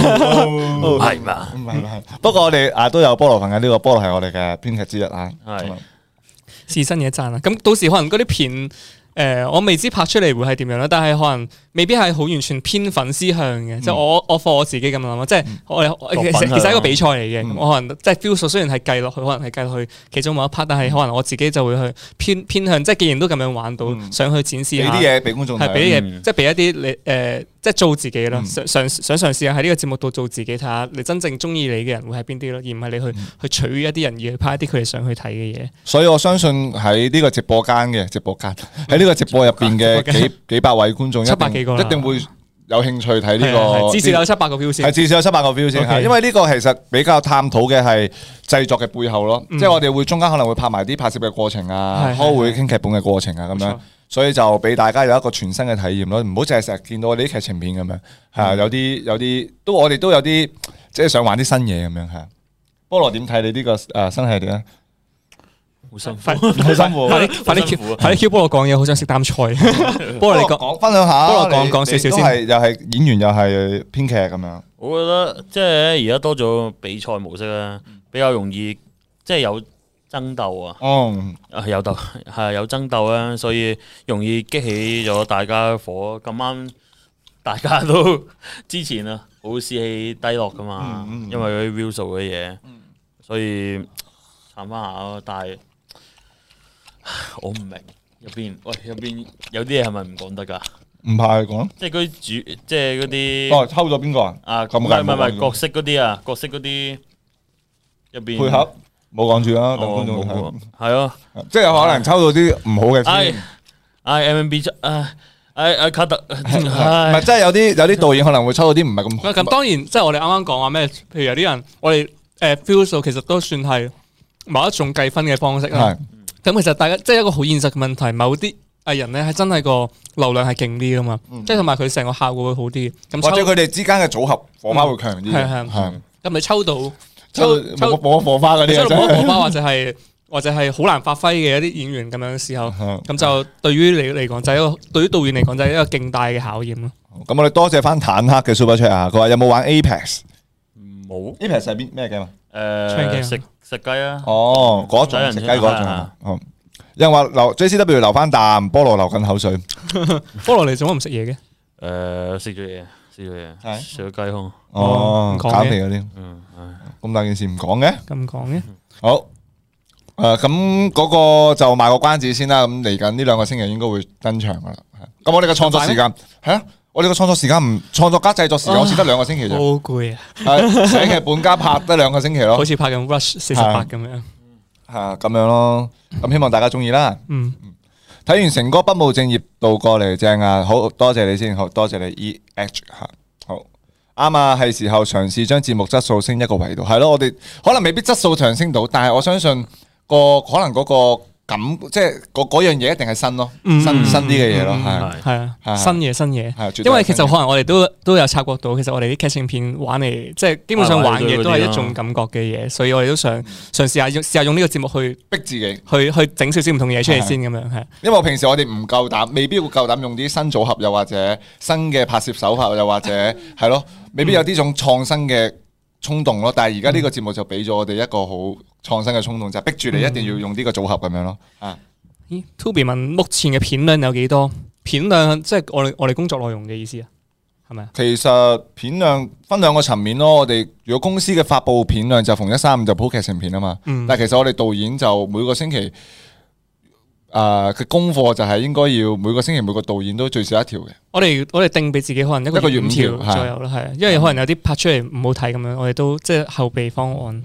[SPEAKER 3] 係嘛？
[SPEAKER 2] 唔係唔係不過我哋啊都有菠蘿份嘅，呢個菠蘿係我哋嘅編劇之一啊。
[SPEAKER 5] 係
[SPEAKER 2] 咁啊
[SPEAKER 1] 試新嘢讚啦，啊咁到時可能嗰啲片誒，我未知拍出嚟會係點樣啦，但係可能未必係好完全偏粉絲向
[SPEAKER 2] 嗯
[SPEAKER 1] 嘅，即係我我放我自己咁諗啊啦，即係我哋其
[SPEAKER 2] 啊
[SPEAKER 1] 實其實係一個比賽嚟嘅，
[SPEAKER 2] 嗯
[SPEAKER 1] 咁我可能即係 feel 數雖然係計落去，可能係計落去其中某一 part，但係可
[SPEAKER 2] 嗯
[SPEAKER 1] 能我自己就會去偏偏向，即係既然都咁樣玩到，想去展示
[SPEAKER 2] 嗯俾
[SPEAKER 1] 下
[SPEAKER 2] 啲。嘢俾觀眾睇，啊
[SPEAKER 1] 係俾啲嘢，
[SPEAKER 5] 嗯
[SPEAKER 1] 即係俾一啲你誒，即即係做自己咯，
[SPEAKER 2] 嗯
[SPEAKER 1] 想想想嘗試下喺呢個節目度做自己，睇下你真正中意你嘅人會係邊啲咯，而唔係你
[SPEAKER 2] 嗯
[SPEAKER 1] 去、去取一啲人而去拍一啲佢哋想去睇嘅嘢。
[SPEAKER 2] 所以我相信喺呢個直播間嘅直播間，
[SPEAKER 1] 嗯
[SPEAKER 2] 喺呢個直播入邊嘅幾幾百位觀眾，一定
[SPEAKER 1] 七百幾個啦
[SPEAKER 2] 一定會有興趣睇
[SPEAKER 1] 係啊
[SPEAKER 2] 呢
[SPEAKER 1] 係
[SPEAKER 2] 個。
[SPEAKER 1] 至少有七百個票
[SPEAKER 2] 係
[SPEAKER 1] 先，
[SPEAKER 2] 至少有七百個 view 先
[SPEAKER 1] OK
[SPEAKER 2] 係，因為呢個其實比較探討嘅係製作嘅背後咯，
[SPEAKER 1] 嗯
[SPEAKER 2] 即係我哋會中間可能會拍埋啲拍攝嘅過程啊、
[SPEAKER 1] 係
[SPEAKER 2] 開會傾劇本嘅過程啊咁
[SPEAKER 1] 冇
[SPEAKER 2] 樣
[SPEAKER 1] 錯，
[SPEAKER 2] 所以就俾大家有一個全新嘅體驗咯，唔好淨係成日見到我哋啲劇情片咁樣，係
[SPEAKER 1] 嗯
[SPEAKER 2] 啊，有啲有啲都我哋都有啲即係想玩啲新嘢咁樣係啊。菠蘿點睇你呢個誒新系列啊咧？
[SPEAKER 5] 好辛苦，啊
[SPEAKER 1] 快
[SPEAKER 2] 好辛
[SPEAKER 5] [laughs]
[SPEAKER 2] 苦
[SPEAKER 1] 快啲快啲
[SPEAKER 5] 好辛
[SPEAKER 1] Q
[SPEAKER 5] 苦啊
[SPEAKER 1] 快啲 Q 菠蘿講嘢，好想食擔菜。
[SPEAKER 2] [laughs]
[SPEAKER 1] 菠蘿你講，
[SPEAKER 2] 講分享下，
[SPEAKER 1] 菠蘿講
[SPEAKER 2] 你
[SPEAKER 1] 講少少
[SPEAKER 2] 你都係又係演員又係編劇咁樣，
[SPEAKER 5] 我覺得即係而家多咗比賽模式啦，比較容易即係有爭鬥啊，
[SPEAKER 2] 嗯，
[SPEAKER 5] 啊有鬥係有爭鬥啦，所以容易激起咗大家火。咁啱 [laughs] 大家都 [laughs] 之前啊，好士氣低落噶嘛，
[SPEAKER 2] 嗯嗯嗯
[SPEAKER 5] 因為嗰啲 view 數嘅嘢，所以撐翻下咯。但係唉我唔明入邊，喂入邊有啲嘢係咪唔講得㗎？
[SPEAKER 2] 唔怕你講。
[SPEAKER 5] 即係嗰啲主，即係嗰
[SPEAKER 1] 嗯
[SPEAKER 5] 啲
[SPEAKER 2] 哦，抽咗邊個啊？
[SPEAKER 5] 啊，
[SPEAKER 2] 咁
[SPEAKER 5] 唔
[SPEAKER 2] 梗係
[SPEAKER 5] 係唔係
[SPEAKER 2] 冇
[SPEAKER 5] 唔
[SPEAKER 2] 講
[SPEAKER 5] 係
[SPEAKER 2] 咗
[SPEAKER 5] 角色嗰啲啊，角色嗰啲入
[SPEAKER 1] 嗯
[SPEAKER 5] 邊
[SPEAKER 2] 配合冇講住啦，等
[SPEAKER 5] 哦
[SPEAKER 2] 觀眾
[SPEAKER 5] 冇
[SPEAKER 2] 睇
[SPEAKER 5] 喎。係咯，
[SPEAKER 2] 即係有可能抽到啲唔好嘅
[SPEAKER 5] 唉
[SPEAKER 2] 片，
[SPEAKER 5] 唉 M M B 出唉唉唉卡特，
[SPEAKER 2] 唔
[SPEAKER 5] 唉
[SPEAKER 2] 係真係有啲有啲導演可能會抽到啲唔係咁
[SPEAKER 1] 喂咁當然即係我哋啱啱講話咩？譬如有啲人我哋誒 feel 數其實都算係某一種計分嘅方式啦。
[SPEAKER 2] 係
[SPEAKER 1] 咁其實大家即係一個好現實嘅問題，某啲藝人咧係真係個流量係勁啲噶嘛，即係同埋佢成個效果會好啲。咁
[SPEAKER 2] 嗯或者
[SPEAKER 1] 抽嗯
[SPEAKER 2] 佢哋之間嘅組合火花會強啲
[SPEAKER 1] 係係
[SPEAKER 2] 嘅，係
[SPEAKER 1] 咁你抽到
[SPEAKER 2] 抽
[SPEAKER 1] 抽
[SPEAKER 2] 冇
[SPEAKER 1] 抽
[SPEAKER 2] 冇火花嗰啲
[SPEAKER 1] 抽到
[SPEAKER 2] 啊真
[SPEAKER 1] 冇
[SPEAKER 2] 係
[SPEAKER 1] 火花，或者係或者係好難發揮嘅一啲演員咁樣嘅時候，
[SPEAKER 2] 係
[SPEAKER 1] 咁就對於你嚟講就係一個對於導演嚟講就係一個勁大嘅考驗咯。
[SPEAKER 2] 咁我哋多謝翻坦克嘅 Super Chat 啊！佢話有冇玩 Apex？Apex
[SPEAKER 5] 冇
[SPEAKER 2] 係邊咩 game 啊？
[SPEAKER 1] 槍擊啊
[SPEAKER 5] 誒食食雞啊，
[SPEAKER 2] Ờ. 哦，嗰
[SPEAKER 5] 有
[SPEAKER 2] 種
[SPEAKER 5] 人
[SPEAKER 2] 食雞
[SPEAKER 5] 先
[SPEAKER 2] 嗰
[SPEAKER 5] 係
[SPEAKER 2] 種
[SPEAKER 5] 啊
[SPEAKER 2] 啊。哦有人話流 JCW 流翻啖，菠蘿流緊口水。
[SPEAKER 1] 菠蘿你做乜唔食嘢嘅？
[SPEAKER 5] 誒食咗嘢食咗
[SPEAKER 2] 係
[SPEAKER 5] 嘢食咗雞胸，
[SPEAKER 1] 哦
[SPEAKER 2] 哦，
[SPEAKER 1] 唔講嘅
[SPEAKER 2] 減肥嗰啲，
[SPEAKER 5] 嗯唉
[SPEAKER 2] 咁大件事唔講嘅。
[SPEAKER 1] 咁講嘅，
[SPEAKER 2] 好。诶、咁嗰個就賣個關子先啦。咁嚟緊呢兩個星期應該會登場噶啦。係咁我哋嘅創作時間係啊，我哋嘅創作時間唔創作加製作時間，我先得兩個星期
[SPEAKER 1] 好
[SPEAKER 2] 啫。
[SPEAKER 1] 攰啊，
[SPEAKER 2] 係寫劇本加拍得兩個星期咯
[SPEAKER 1] 好，似拍緊 Rush 四十八
[SPEAKER 2] 啊
[SPEAKER 1] 咁樣。
[SPEAKER 2] 係啊咁樣咯。咁希望大家中意啦。
[SPEAKER 1] 嗯，
[SPEAKER 2] 睇完成哥不務正業度過嚟正啊，好多謝你先，好多謝你 E H 吓，好啱啊，係時候嘗試將節目質素升一個維度，係咯，我哋可能未必質素上升到，但係我相信個可能嗰個感，即係嗰嗰樣嘢一定係新咯，
[SPEAKER 1] 嗯
[SPEAKER 2] 新新啲嘅嘢咯，
[SPEAKER 1] 嗯
[SPEAKER 2] 係
[SPEAKER 5] 係
[SPEAKER 1] 係啊，
[SPEAKER 2] 係
[SPEAKER 1] 新嘢新嘢。
[SPEAKER 2] 係絕對係新嘅，
[SPEAKER 1] 因為其實可能我哋都都有察覺到，其實我哋啲劇情片玩嚟，即係基本
[SPEAKER 2] 啊
[SPEAKER 1] 上玩嘅都係一種感覺嘅嘢，所以我哋都想嘗試下用試下用呢個節目去
[SPEAKER 2] 逼自己，
[SPEAKER 1] 去去整少少唔同嘢出嚟先咁樣，係
[SPEAKER 2] 因為平時我哋唔夠膽，未必會夠膽用啲新組合，又或者新嘅拍攝手法，又或者係咯，未必有呢種創新嘅衝動咯。但係而家呢個節目就俾咗我哋一個好創新嘅衝動，就係逼住你一定要用呢個組合咁樣咯。啊，
[SPEAKER 1] 咦，Toby 問目前嘅片量有幾多？片量即係我哋我哋工作內容嘅意思啊，係咪啊？
[SPEAKER 2] 其實片量分兩個層面咯。我哋如果公司嘅發布片量就逢一三五就鋪劇情片啊嘛，
[SPEAKER 1] 嗯
[SPEAKER 2] 但係其實我哋導演就每個星期。誒嘅功課就係應該要每個星期每個導演都最少一條嘅，
[SPEAKER 1] 我哋我哋定俾自己可能一
[SPEAKER 2] 一個
[SPEAKER 1] 個
[SPEAKER 2] 月
[SPEAKER 1] 月
[SPEAKER 2] 五
[SPEAKER 1] 五條
[SPEAKER 2] 條係
[SPEAKER 1] 左右啦，係啊，因為可能有啲拍出嚟唔好睇咁樣，我哋都即係後備方案，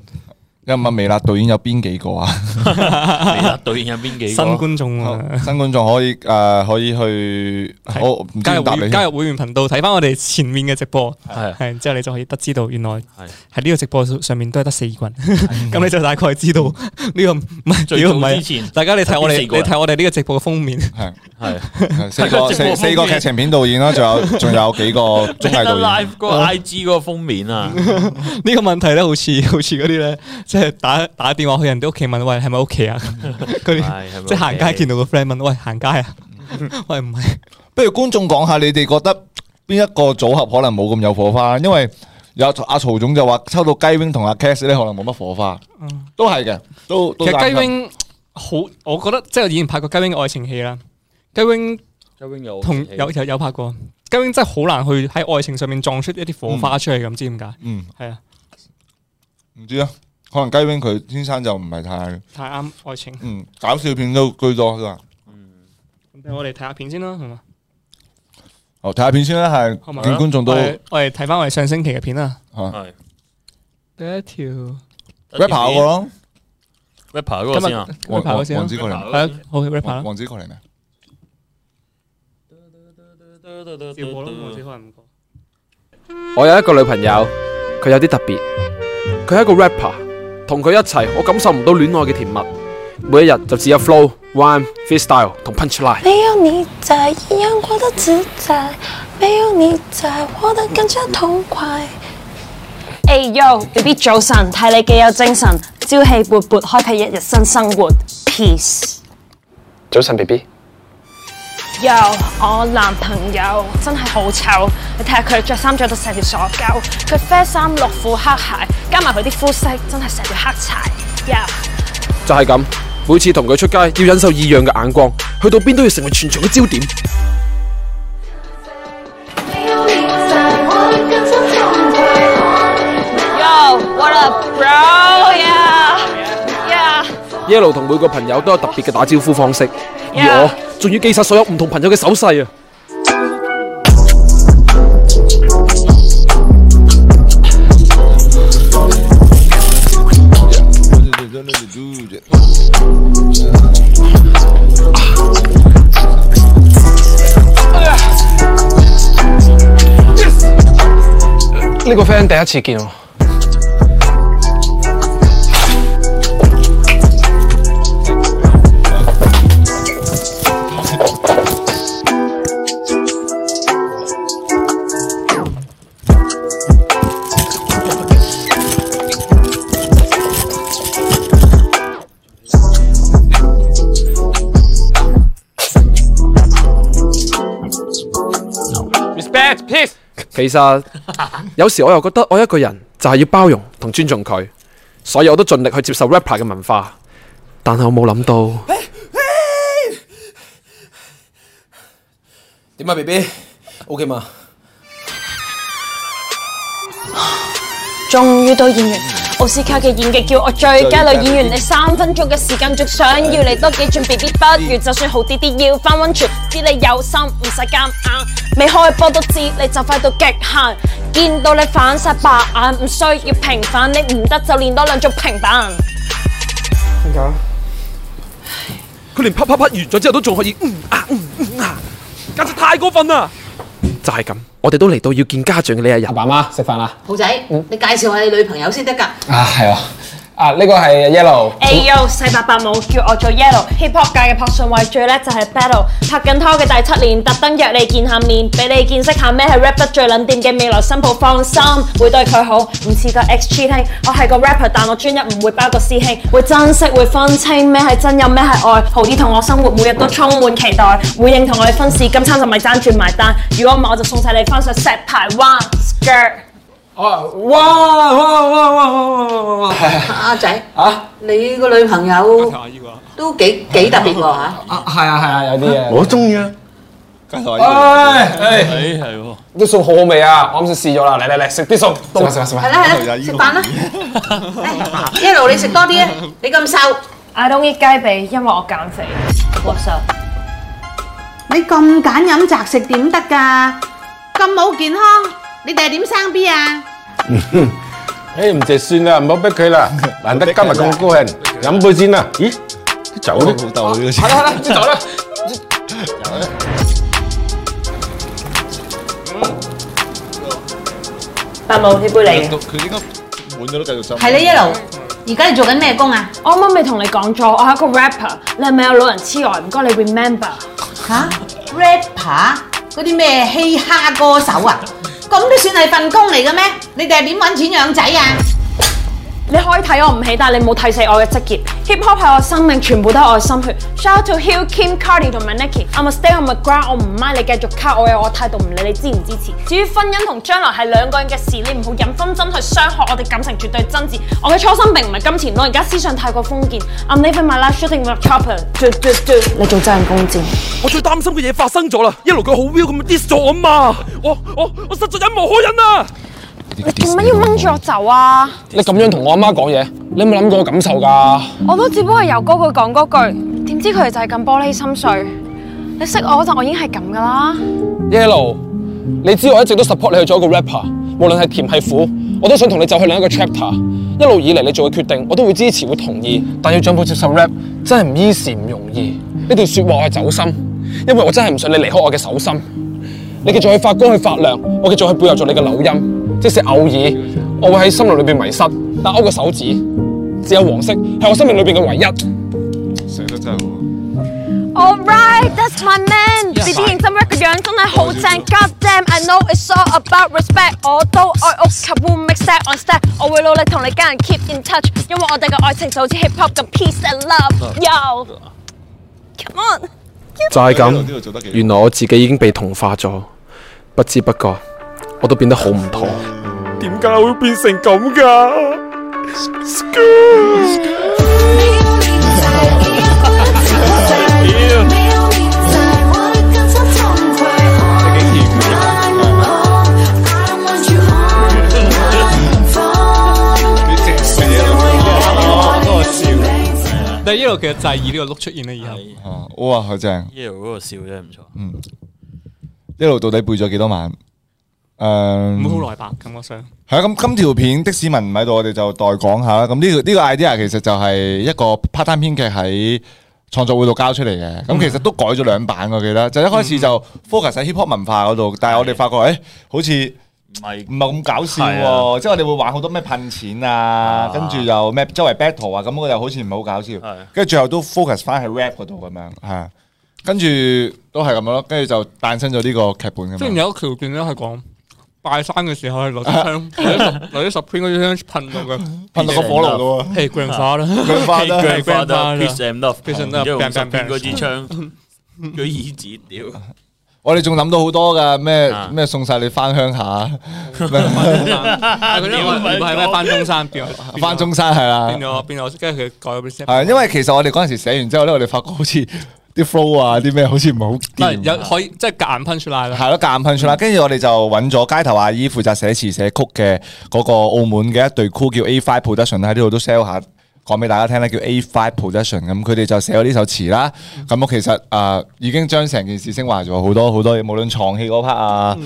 [SPEAKER 2] 因為問微辣導演有邊幾個啊？
[SPEAKER 5] 你啦對面有邊幾
[SPEAKER 1] 新
[SPEAKER 5] 個？
[SPEAKER 1] 觀眾
[SPEAKER 2] 好
[SPEAKER 1] 啊。
[SPEAKER 2] 新觀眾可以诶、呃可以去，
[SPEAKER 1] 係
[SPEAKER 2] 我唔
[SPEAKER 1] [laughs]
[SPEAKER 2] 知
[SPEAKER 1] 加入
[SPEAKER 2] 點
[SPEAKER 1] 會
[SPEAKER 2] 答
[SPEAKER 1] 員
[SPEAKER 2] 你 [laughs] 添。
[SPEAKER 1] 加入會員頻道睇翻我哋前面嘅直播， [laughs]
[SPEAKER 5] 係
[SPEAKER 1] 係之後你就可以得知到原來喺呢個直播上面都係得四個人，
[SPEAKER 2] 係
[SPEAKER 1] 咁你就大概知道呢個唔係
[SPEAKER 5] 最
[SPEAKER 1] 呢個唔
[SPEAKER 5] 早之
[SPEAKER 1] 係。
[SPEAKER 5] 前
[SPEAKER 1] 大家你睇我哋，
[SPEAKER 5] 得四個人
[SPEAKER 1] 你睇我哋呢個直播嘅封面，
[SPEAKER 2] 係
[SPEAKER 5] 係
[SPEAKER 2] 係四個
[SPEAKER 5] 直播
[SPEAKER 2] 四
[SPEAKER 5] 封
[SPEAKER 2] 四個
[SPEAKER 5] 面
[SPEAKER 2] 劇情片導演啦，仲
[SPEAKER 1] [laughs]
[SPEAKER 2] 有仲有幾個綜藝導演。
[SPEAKER 5] live 嗰個 I G 嗰個封面啊，
[SPEAKER 1] 呢個問題咧，好似 [laughs] 好似嗰啲咧，即係打打電話去人哋屋企問，喂係咪屋企啊？嗰啲
[SPEAKER 5] 係
[SPEAKER 1] 即係行街見到個 friend 問，喂行街啊？ [laughs] 喂唔係，
[SPEAKER 2] 不如觀眾講下你哋覺得邊一個組合可能冇咁有火花？因為有阿曹總就話抽到雞 wing 同阿 Cass 咧，可能冇乜火花。都係嘅，都
[SPEAKER 1] 嗯其
[SPEAKER 2] 都
[SPEAKER 1] 實
[SPEAKER 2] 啱啊
[SPEAKER 1] 雞
[SPEAKER 2] 嘅
[SPEAKER 1] wing 好，我覺得即係以前拍過雞 wing 嘅愛情戲啦，雞 wing
[SPEAKER 5] 周永有
[SPEAKER 1] 同有有有拍過，雞 wing 真係好難去喺愛情上面撞出一啲火花出嚟咁，知點解？
[SPEAKER 2] 嗯，
[SPEAKER 1] 係啊，
[SPEAKER 2] 唔知啊，可能雞 wing 佢天生就唔係太
[SPEAKER 1] 太啱愛情。
[SPEAKER 2] 嗯
[SPEAKER 1] 啊
[SPEAKER 5] Ừ.
[SPEAKER 2] 搞笑片都居多啦。
[SPEAKER 1] 咁我哋睇下片先啦，係嘛？
[SPEAKER 2] 哦好睇下片先啦，係
[SPEAKER 1] 好嘛
[SPEAKER 2] 見觀眾都
[SPEAKER 1] 我哋我哋睇翻我哋上星期嘅片啦。
[SPEAKER 2] 啊
[SPEAKER 5] 係
[SPEAKER 1] 第一條
[SPEAKER 2] rapper 嗰個咯，
[SPEAKER 5] rapper 嗰個先啊
[SPEAKER 1] 今日 rapper
[SPEAKER 2] 王
[SPEAKER 1] 嗰個
[SPEAKER 2] 王
[SPEAKER 1] 先啦
[SPEAKER 2] 王子過嚟未，
[SPEAKER 1] 係啊，好 rapper 啦
[SPEAKER 2] 王，王子過嚟未？
[SPEAKER 1] 可能唔過。
[SPEAKER 6] 我有一個女朋友，佢有啲特別，佢係一個 rapper，同佢一齊，我感受唔到戀愛嘅甜蜜，每一日就只有 flow、rhyme、freestyle 同 punchline。
[SPEAKER 7] 没有你在，一样过得自在；没有你在，活得更加痛快。哎 yo baby 早晨，睇你幾有精神，朝氣勃勃，開闢一日新生活。Peace。
[SPEAKER 6] 早晨 BB，
[SPEAKER 7] Yo，我男朋友真係好臭，你睇下佢着衫着到成條傻狗，佢啡衫綠褲黑鞋，加埋佢啲膚色真係成條黑柴。Yo，
[SPEAKER 6] 就係咁，每次同佢出街要忍受異樣嘅眼光，去到邊都要成為全場嘅焦點。
[SPEAKER 7] Yo，what up bro？Yeah，yeah。
[SPEAKER 6] Yellow 同每個朋友都有特別嘅打招呼方式，而我仲要記晒所有唔同朋友嘅手勢啊！呢個 friend 第一次見我。其實有時我又覺得我一個人就係要包容同尊重佢，所以我都盡力去接受 rapper 嘅文化。但係我冇諗到，
[SPEAKER 4] 点啊，B B？OK 嘛？
[SPEAKER 7] 終於都演完奧斯卡嘅演技，叫我最佳女演員。你三分鐘嘅時間，仲想要你多幾轉 B B，不如就算好啲啲，要翻温泉。知你有心，唔使夾硬。啊未開波都知你就快到極限，見到你反晒白眼，唔需要平反。你唔得就練多兩種平板。
[SPEAKER 6] 佢連啪啪啪完咗之後都仲可以嗯啊嗯嗯啊，簡直太過分啊啦！就係咁，我哋都嚟到要見家長嘅呢一日。
[SPEAKER 4] 爸媽食飯啦？
[SPEAKER 8] 兔仔，你介紹下你女朋友先得㗎。
[SPEAKER 4] 啊，係啊。啊，呢個係 Yellow。
[SPEAKER 7] 哎呦，細伯伯冇叫我做 yellow hip hop 界嘅朴信惠最叻就係 battle，拍緊拖嘅第七年，特登約你見下面，俾你見識下咩係 rap 得最撚掂嘅未來新抱，放心會對佢好，唔似個 ex cheating。我係個 rapper，但我專一唔會包個師兄，會珍惜會分清咩係真有咩係愛，好啲同我生活，每日都充滿期待，會應同我哋分事，今餐就咪爭住埋單，如果唔係我就送晒你翻上石排灣 skirt。
[SPEAKER 4] 哦，哇哇哇哇哇哇哇哇！
[SPEAKER 8] 阿仔，
[SPEAKER 4] 啊
[SPEAKER 8] 你個女朋友都幾幾特別喎嚇。
[SPEAKER 4] 啊，係啊係啊，有啲嘢。哎
[SPEAKER 9] 我中意啊！
[SPEAKER 4] 唉，唉
[SPEAKER 5] 誒係喎，
[SPEAKER 4] 啲餸好好味啊！我啱先試咗啦，嚟嚟嚟，食啲餸。食啊飯食飯食
[SPEAKER 8] 係
[SPEAKER 4] 飯。
[SPEAKER 8] 啦係啦，食飯啦。 [laughs] 誒一路你食多啲啊！你咁瘦，
[SPEAKER 7] I don't eat 雞髀，因為我減肥。What's up？
[SPEAKER 10] 你咁揀飲擇食點得㗎？咁冇健康，你哋係點生 B 啊？
[SPEAKER 9] 誒唔值算啦，唔好逼佢啦。難得今日咁高興，飲杯先啦。咦，啲酒
[SPEAKER 2] 好
[SPEAKER 9] 咧？
[SPEAKER 2] 豆呢個
[SPEAKER 4] 係啦係啦，先走啦。
[SPEAKER 7] 伯母呢杯你。
[SPEAKER 2] 佢應該滿咗都繼續斟。
[SPEAKER 8] 係你一路。而家你做緊咩工啊？
[SPEAKER 7] 我啱啱咪同你講咗，我係一個 rapper，你係咪有老人痴呆？唔該你 remember。
[SPEAKER 8] 嚇，rapper 嗰啲咩嘻哈歌手啊？
[SPEAKER 10] 咁都算係份工嚟嘅咩？你哋係點揾錢養仔啊？
[SPEAKER 7] 你可以睇我唔起，但係你冇睇死我嘅職業。Hip hop 係我生命，全部都係我嘅心血。Shout out to Hill Kim Cardi 同埋 Nicki。I'm a stay on my ground，我唔 mind 你繼續卡，我有我態度，唔理你支唔支持。至於婚姻同將來係兩個人嘅事，你唔好引紛爭去傷害我哋感情，絕對真摯。我嘅初心並唔係金錢，我而家思想太過封建。I'm living my life shooting with chopper。嘟嘟嘟，你做真人公箭。
[SPEAKER 6] 我最擔心嘅嘢發生咗啦，Yellow 佢好 will 咁 dis 咗我啊嘛，我我我實在忍無可忍啊！
[SPEAKER 7] 你做乜要掹住我走啊？
[SPEAKER 4] 你咁樣同我阿媽講嘢，你有冇諗過我感受㗎？
[SPEAKER 7] 我都只不過由嗰句講嗰句，點知佢哋就係咁玻璃心碎。你識我嗰陣，我已經係咁噶啦。
[SPEAKER 4] Yellow，
[SPEAKER 6] 你知我一直都 support 你去做一個 rapper，無論係甜係苦，我都想同你走去另一個 chapter。一路以嚟你做嘅決定，我都會支持會同意，但要進步接受 rap 真係唔易事唔容易。呢段説話我係走心，因為我真係唔想你離開我嘅手心。你繼續去發光去發亮，我繼續去背後做你嘅柳音，即使偶爾我會喺心流裏邊迷失，但我個手指只有黃色係我生命裏邊嘅唯一。
[SPEAKER 2] 寫得真係
[SPEAKER 7] Alright, that's my man。B B 認真 rap 嘅樣真係好正，God damn，I know it's all about respect。我都愛屋及烏，make set on step。我會努力同你家人 keep in touch，因為我哋嘅愛情就好似 hip hop 咁 peace and love。Yo，come on。
[SPEAKER 11] 就係咁，原來我自己已經被同化咗，不知不覺我都變得好唔妥。
[SPEAKER 12] 點解會變成咁噶？
[SPEAKER 1] 但係一路其實就係以呢個 look 出現啦，以後
[SPEAKER 2] 好，哇，好正！
[SPEAKER 5] Yellow 嗰個笑真係唔錯，
[SPEAKER 2] 嗯，一路到底背咗幾多晚？诶、
[SPEAKER 1] 唔會好耐吧？感覺上
[SPEAKER 2] 系啊，咁今條片的市民唔喺度，我哋就代講下啦。咁呢、個呢、個 idea 其實就係一個 part time 編劇喺創作會度交出嚟嘅。咁其實都改咗兩版，我記得就一開始就 focus 喺 hip hop 文化嗰度，但係我哋發覺诶、好似。
[SPEAKER 5] 唔係
[SPEAKER 2] 唔係咁搞笑
[SPEAKER 5] 係
[SPEAKER 2] 喎，
[SPEAKER 5] 啊
[SPEAKER 2] 即係我哋會玩好多咩噴錢啊，跟住又咩周圍 battle 啊，咁我又好似唔係好搞笑，跟住最後都 focus 翻喺 rap 嗰度咁樣，係啊，跟住都係咁樣咯，跟住就誕生咗呢個劇本咁
[SPEAKER 1] 之
[SPEAKER 2] 樣
[SPEAKER 1] 前。有一條段咧係講拜山嘅時候係攞支
[SPEAKER 2] [laughs]
[SPEAKER 1] 槍，攞啲十攞啲十片嗰啲槍噴到嘅，
[SPEAKER 2] 噴到個火爐度啊
[SPEAKER 1] 係 grandfather
[SPEAKER 5] grandfather
[SPEAKER 1] Hey, grandfather
[SPEAKER 5] Peace and love
[SPEAKER 1] Peace and
[SPEAKER 5] 然之後
[SPEAKER 1] love，bang,
[SPEAKER 5] 十
[SPEAKER 1] bang,
[SPEAKER 5] 片
[SPEAKER 1] bang
[SPEAKER 5] 嗰支槍，佢椅子屌，
[SPEAKER 2] 我哋仲諗到好多噶，咩咩送晒你翻鄉下，
[SPEAKER 1] 但係佢因為唔係咩翻中山變咗
[SPEAKER 2] [laughs] 翻中山係啦
[SPEAKER 1] 變咗變咗，跟住佢改咗 reset。
[SPEAKER 2] 係因為其實我哋嗰陣時寫完之後咧，我哋發覺好似啲 flow 啊，啲咩好似唔係好
[SPEAKER 1] 但係
[SPEAKER 2] 掂。
[SPEAKER 1] 有可以即係夾硬 punch 啦。
[SPEAKER 2] 係咯，嗯夾硬噴出啦，跟住我哋就揾咗街頭阿姨負責寫詞寫曲嘅嗰個澳門嘅一隊 cool 叫 A Five Production 喺呢度都 sell 下，講俾大家聽咧，叫 A Five Production 咁，佢哋就寫咗呢首詞啦。咁我其實誒、呃已經將成件事升華咗好多好多嘢，無論床戲嗰 part 啊，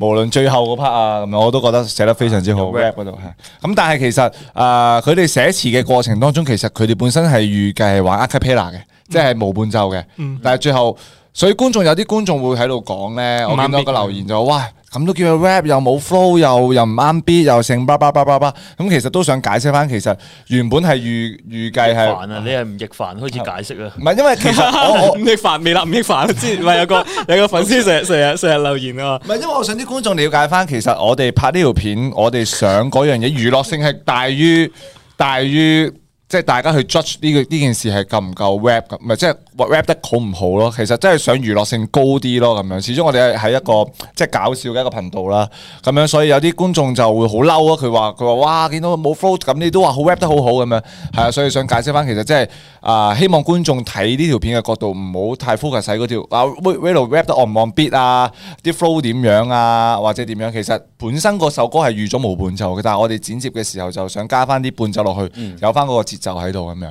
[SPEAKER 2] 無論最後嗰 part 啊，咁樣我都覺得寫得非常之好。rap 嗰度係咁，但係其實誒啊佢哋寫詞嘅過程當中，其實佢哋本身係預計係玩 a cappella 嘅，即係無伴奏嘅，
[SPEAKER 1] 嗯
[SPEAKER 2] 但係最後。所以觀眾有啲觀眾會喺度講咧，我見到個留言就話：，哇，咁都叫佢 rap 又冇 flow，又又唔啱 beat，又剩叭叭叭叭叭。咁其實都想解釋翻，其實原本係預預計係
[SPEAKER 5] 煩啊！你係吳亦凡開始解釋啊
[SPEAKER 2] 唔，係因
[SPEAKER 1] [laughs]
[SPEAKER 2] 為其實我我
[SPEAKER 1] 吳亦凡未啦，吳亦凡之前咪有
[SPEAKER 2] [laughs]
[SPEAKER 1] 個有個粉絲成日成日成日留言啊，
[SPEAKER 2] 唔係因為我想啲觀眾了解翻，其實我哋拍呢條片，我哋想嗰樣嘢娛樂性係大於大於。即係大家去 judge 呢個呢件事係夠唔夠 rap 咁，唔係即係 rap 得好唔好咯？其實真係想娛樂性高啲咯，咁樣。始終我哋係一個即係搞笑嘅一個頻道啦，咁樣所以有啲觀眾就會好嬲啊！佢話佢話哇，見到冇 flow 咁，你都話好 rap 得好好咁樣，係啊，所以想解釋翻其實即係啊，希望觀眾睇呢條片嘅角度唔好太 focus 喺嗰條啊 v i l o rap 得 on 唔 on beat 啊，啲 flow 點樣啊，或者點樣？其實本身嗰首歌係預咗無伴奏嘅，但係我哋剪接嘅時候就想加翻啲伴奏落去，有翻嗰個節奏喺度咁樣，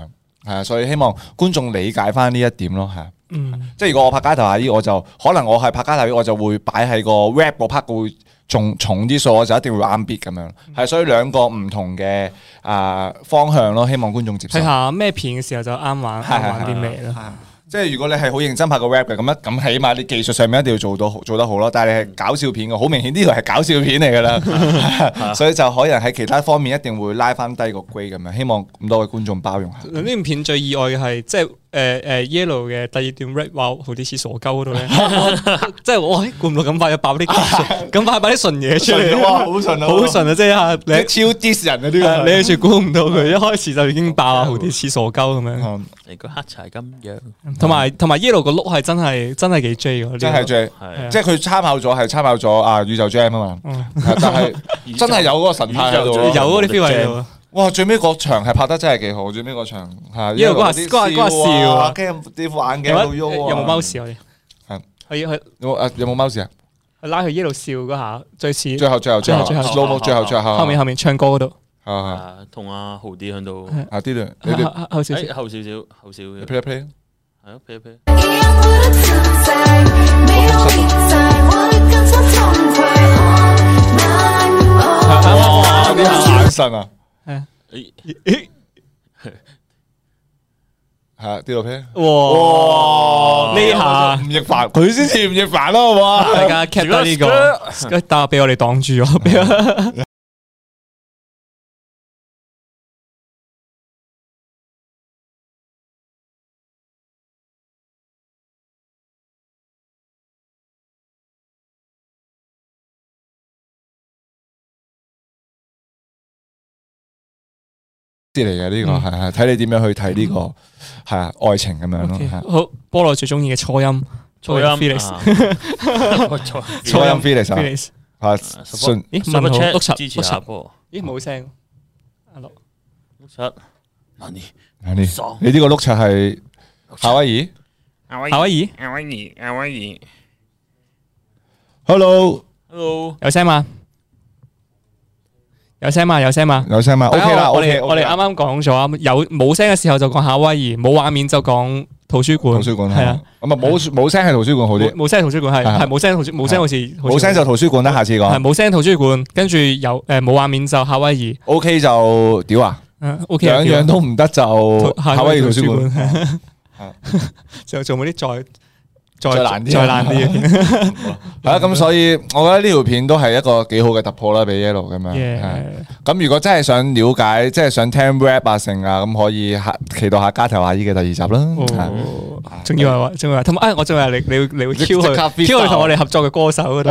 [SPEAKER 2] 係啊，所以希望觀眾理解翻呢一點咯，係啊。
[SPEAKER 1] 嗯，
[SPEAKER 2] 即係如果我拍街頭阿姨，我就可能我係拍街頭阿姨，我就會擺喺個 rap 嗰 part 會重重啲數，我就一定會啱 beat 咁樣。係，所以兩個唔同嘅啊方向咯，希望觀眾接受
[SPEAKER 1] 睇。下咩片嘅時候就啱玩啱
[SPEAKER 2] 係係
[SPEAKER 1] 玩啲咩
[SPEAKER 2] 係
[SPEAKER 1] 啦。
[SPEAKER 2] 即係如果你係好認真拍個 rap 嘅咁一咁，起碼你技術上面一定要做到好做得好咯。但係你係搞笑片嘅，好明顯呢條係搞笑片嚟㗎 [laughs] 啦，所以就可能喺其他方面一定會拉翻低個 grade 咁樣。希望咁多位觀眾包容 [laughs] 下。
[SPEAKER 1] 呢段片最意外嘅係即係誒誒 Yellow 嘅第二段 rap 話好啲似傻鳩嗰度
[SPEAKER 2] [laughs]
[SPEAKER 1] 咧，即係我估唔到咁快就爆啲咁快爆啲純嘢出嚟，
[SPEAKER 2] 純哇好純啊
[SPEAKER 1] 好純啊！即係啊你
[SPEAKER 2] 超 dis 人啊呢個
[SPEAKER 1] 你完全估唔到佢一開始就已經爆啊，好啲似傻鳩咁
[SPEAKER 2] 嗯
[SPEAKER 1] 樣。
[SPEAKER 5] 你個黑柴咁樣，
[SPEAKER 1] 同埋同埋 Yellow 個 look 係真係真係幾 J 嘅，
[SPEAKER 2] 真係 J，即係啊佢參考咗係參考咗啊宇宙 Jam 啊
[SPEAKER 1] 嗯
[SPEAKER 2] 嘛，係但 [laughs] 係真係有嗰個神態喺度咯，
[SPEAKER 1] 宇宙 Jam 有嗰啲 feel 喺度啊。
[SPEAKER 2] 哇！最尾嗰場係拍得真係幾好，最尾嗰場係
[SPEAKER 1] 因為嗰下
[SPEAKER 2] 啲
[SPEAKER 1] 嗰下嗰下笑啊
[SPEAKER 2] 啊，跟住啲眼鏡喺度
[SPEAKER 1] 有
[SPEAKER 2] 喐啊
[SPEAKER 1] 冇有冇貓屎我哋？
[SPEAKER 2] 係
[SPEAKER 1] 係去
[SPEAKER 2] 有冇啊有冇貓屎啊？
[SPEAKER 1] 去拉佢 Yellow 笑嗰下，最似
[SPEAKER 2] 最後最後最後
[SPEAKER 1] 最後
[SPEAKER 2] slow mo 最後最後
[SPEAKER 1] 後面後面唱歌嗰度。
[SPEAKER 2] 啊
[SPEAKER 5] 同阿豪啲喺度
[SPEAKER 1] 係，
[SPEAKER 2] 啊啲兩你
[SPEAKER 1] [laughs]
[SPEAKER 2] 哋
[SPEAKER 1] 後後少少
[SPEAKER 5] 哎後少少，後少啊少
[SPEAKER 2] play 一 play
[SPEAKER 5] 係咯，play 一 play。
[SPEAKER 2] 係哦啲眼神啊，
[SPEAKER 5] 哎
[SPEAKER 2] 系啊，跌落啤。
[SPEAKER 1] 哇！呢下
[SPEAKER 2] 吳亦凡，佢先至吳亦凡咯，好唔好啊？
[SPEAKER 1] 大家 cap 得呢個，但係俾我哋擋住咗。俾
[SPEAKER 5] 哦
[SPEAKER 1] [laughs] 我
[SPEAKER 2] 啲嚟嘅呢個係係睇你點樣去睇呢個係啊愛情咁樣咯。係啊
[SPEAKER 1] 好，菠蘿最中意嘅初音，
[SPEAKER 5] 初音
[SPEAKER 1] Felix，
[SPEAKER 5] 啊 [laughs]
[SPEAKER 2] 初音 Felix 啊
[SPEAKER 1] Felix
[SPEAKER 2] 啊，信
[SPEAKER 1] 咦？
[SPEAKER 5] Super
[SPEAKER 1] 問號
[SPEAKER 5] Chat
[SPEAKER 1] 碌柒
[SPEAKER 5] 支持
[SPEAKER 1] 碌
[SPEAKER 5] 下
[SPEAKER 1] 柒
[SPEAKER 5] 波
[SPEAKER 1] 咦冇聲，阿六
[SPEAKER 5] 七，嗱你
[SPEAKER 2] 係呢哦你呢個碌柒係夏威夷
[SPEAKER 5] 夏威啊夷，夏威夷，夏威夷
[SPEAKER 2] ？Hello，
[SPEAKER 5] ，Hello， [laughs]
[SPEAKER 1] 有聲嘛？有聲嘛？有聲嘛？
[SPEAKER 2] 有聲嘛
[SPEAKER 1] 大家
[SPEAKER 2] OK 啦
[SPEAKER 1] 我
[SPEAKER 2] OK，
[SPEAKER 1] 哋
[SPEAKER 2] OK
[SPEAKER 1] 我哋啱啱講咗啊，有冇聲嘅時候就講夏威夷，冇畫面就講圖書館。
[SPEAKER 2] 圖書館
[SPEAKER 1] 係啊，
[SPEAKER 2] 咁啊冇冇聲係圖書館好啲
[SPEAKER 1] 冇，冇聲圖書館
[SPEAKER 2] 係
[SPEAKER 1] 係
[SPEAKER 2] 啊
[SPEAKER 1] 係冇聲圖書冇聲好似
[SPEAKER 2] 冇聲就圖書館啦，下次
[SPEAKER 1] 係
[SPEAKER 2] 講。
[SPEAKER 1] 冇聲圖書館，跟住有誒冇畫面就夏威夷。
[SPEAKER 2] O K 就屌啊
[SPEAKER 1] 嗯，OK 啊
[SPEAKER 2] 兩樣都唔得就
[SPEAKER 1] 圖
[SPEAKER 2] 夏威夷圖書館。
[SPEAKER 1] 館， [laughs] 就做冇啲再
[SPEAKER 2] 再難啲啊
[SPEAKER 1] 再難啲嘅片。
[SPEAKER 2] 系啊，咁所以我覺得呢條片都係一個幾好嘅突破啦，俾 Yellow 咁樣。
[SPEAKER 1] Yeah
[SPEAKER 2] [laughs] 係咁如果真係想了解，即係想聽 rap 啊成啊，咁可以下期待下家頭阿姨嘅第二集啦。
[SPEAKER 1] 哦
[SPEAKER 2] 係
[SPEAKER 1] 仲要係話，仲要係同埋，哎我仲係你，你要你要
[SPEAKER 2] 即
[SPEAKER 1] Q
[SPEAKER 2] 即刻
[SPEAKER 1] 佢
[SPEAKER 2] feedback
[SPEAKER 1] ，Q 佢同我哋合作嘅歌手
[SPEAKER 2] [laughs]
[SPEAKER 1] 嗰度，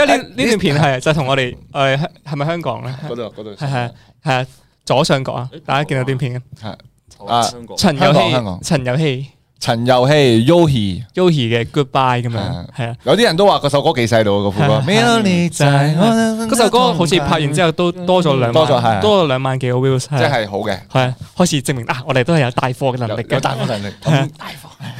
[SPEAKER 1] 因為呢
[SPEAKER 2] 呢
[SPEAKER 1] 呢段片係就同我哋誒係係咪香港咧？
[SPEAKER 2] 嗰度嗰度
[SPEAKER 1] 係係係啊左上角啊，大家見到段片嘅
[SPEAKER 2] 係啊
[SPEAKER 1] 陳
[SPEAKER 2] 香
[SPEAKER 1] 友
[SPEAKER 2] 港香港
[SPEAKER 1] 希，陳友希
[SPEAKER 2] 陳佑希 Yohi。
[SPEAKER 1] Yohi 嘅 Goodbye 咁樣，係啊。
[SPEAKER 2] 有啲人都話嗰首歌幾細路嗰個副歌，咩咯你仔
[SPEAKER 1] 嗰首歌好似拍完之後都多咗兩萬
[SPEAKER 2] 多咗係
[SPEAKER 1] 多咗兩萬幾個 views，即
[SPEAKER 2] 即係好嘅，
[SPEAKER 1] 係啊開始證明啊，我哋都係有帶貨嘅能力嘅，
[SPEAKER 2] 有大波能力。
[SPEAKER 1] 係啊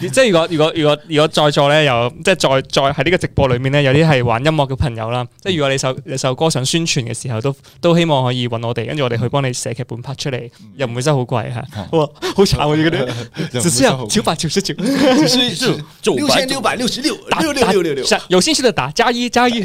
[SPEAKER 1] 即係如果如果如果如果在座咧有即係在在喺呢個直播裏面咧，有啲係玩音樂嘅朋友啦，即係如果你首你首歌想宣傳嘅時候，都都希望可以揾我哋，跟住我哋去幫你寫劇本拍出嚟，又唔會收好貴嚇。哇，好慘啊！呢
[SPEAKER 2] 又
[SPEAKER 1] 啲，
[SPEAKER 2] 唔會
[SPEAKER 1] 只
[SPEAKER 2] 收好
[SPEAKER 1] 有
[SPEAKER 2] 貴
[SPEAKER 1] 九百九十九，
[SPEAKER 2] 只需
[SPEAKER 4] 六千六百六十六，六六六六六，
[SPEAKER 1] 打有興趣的打加一加一。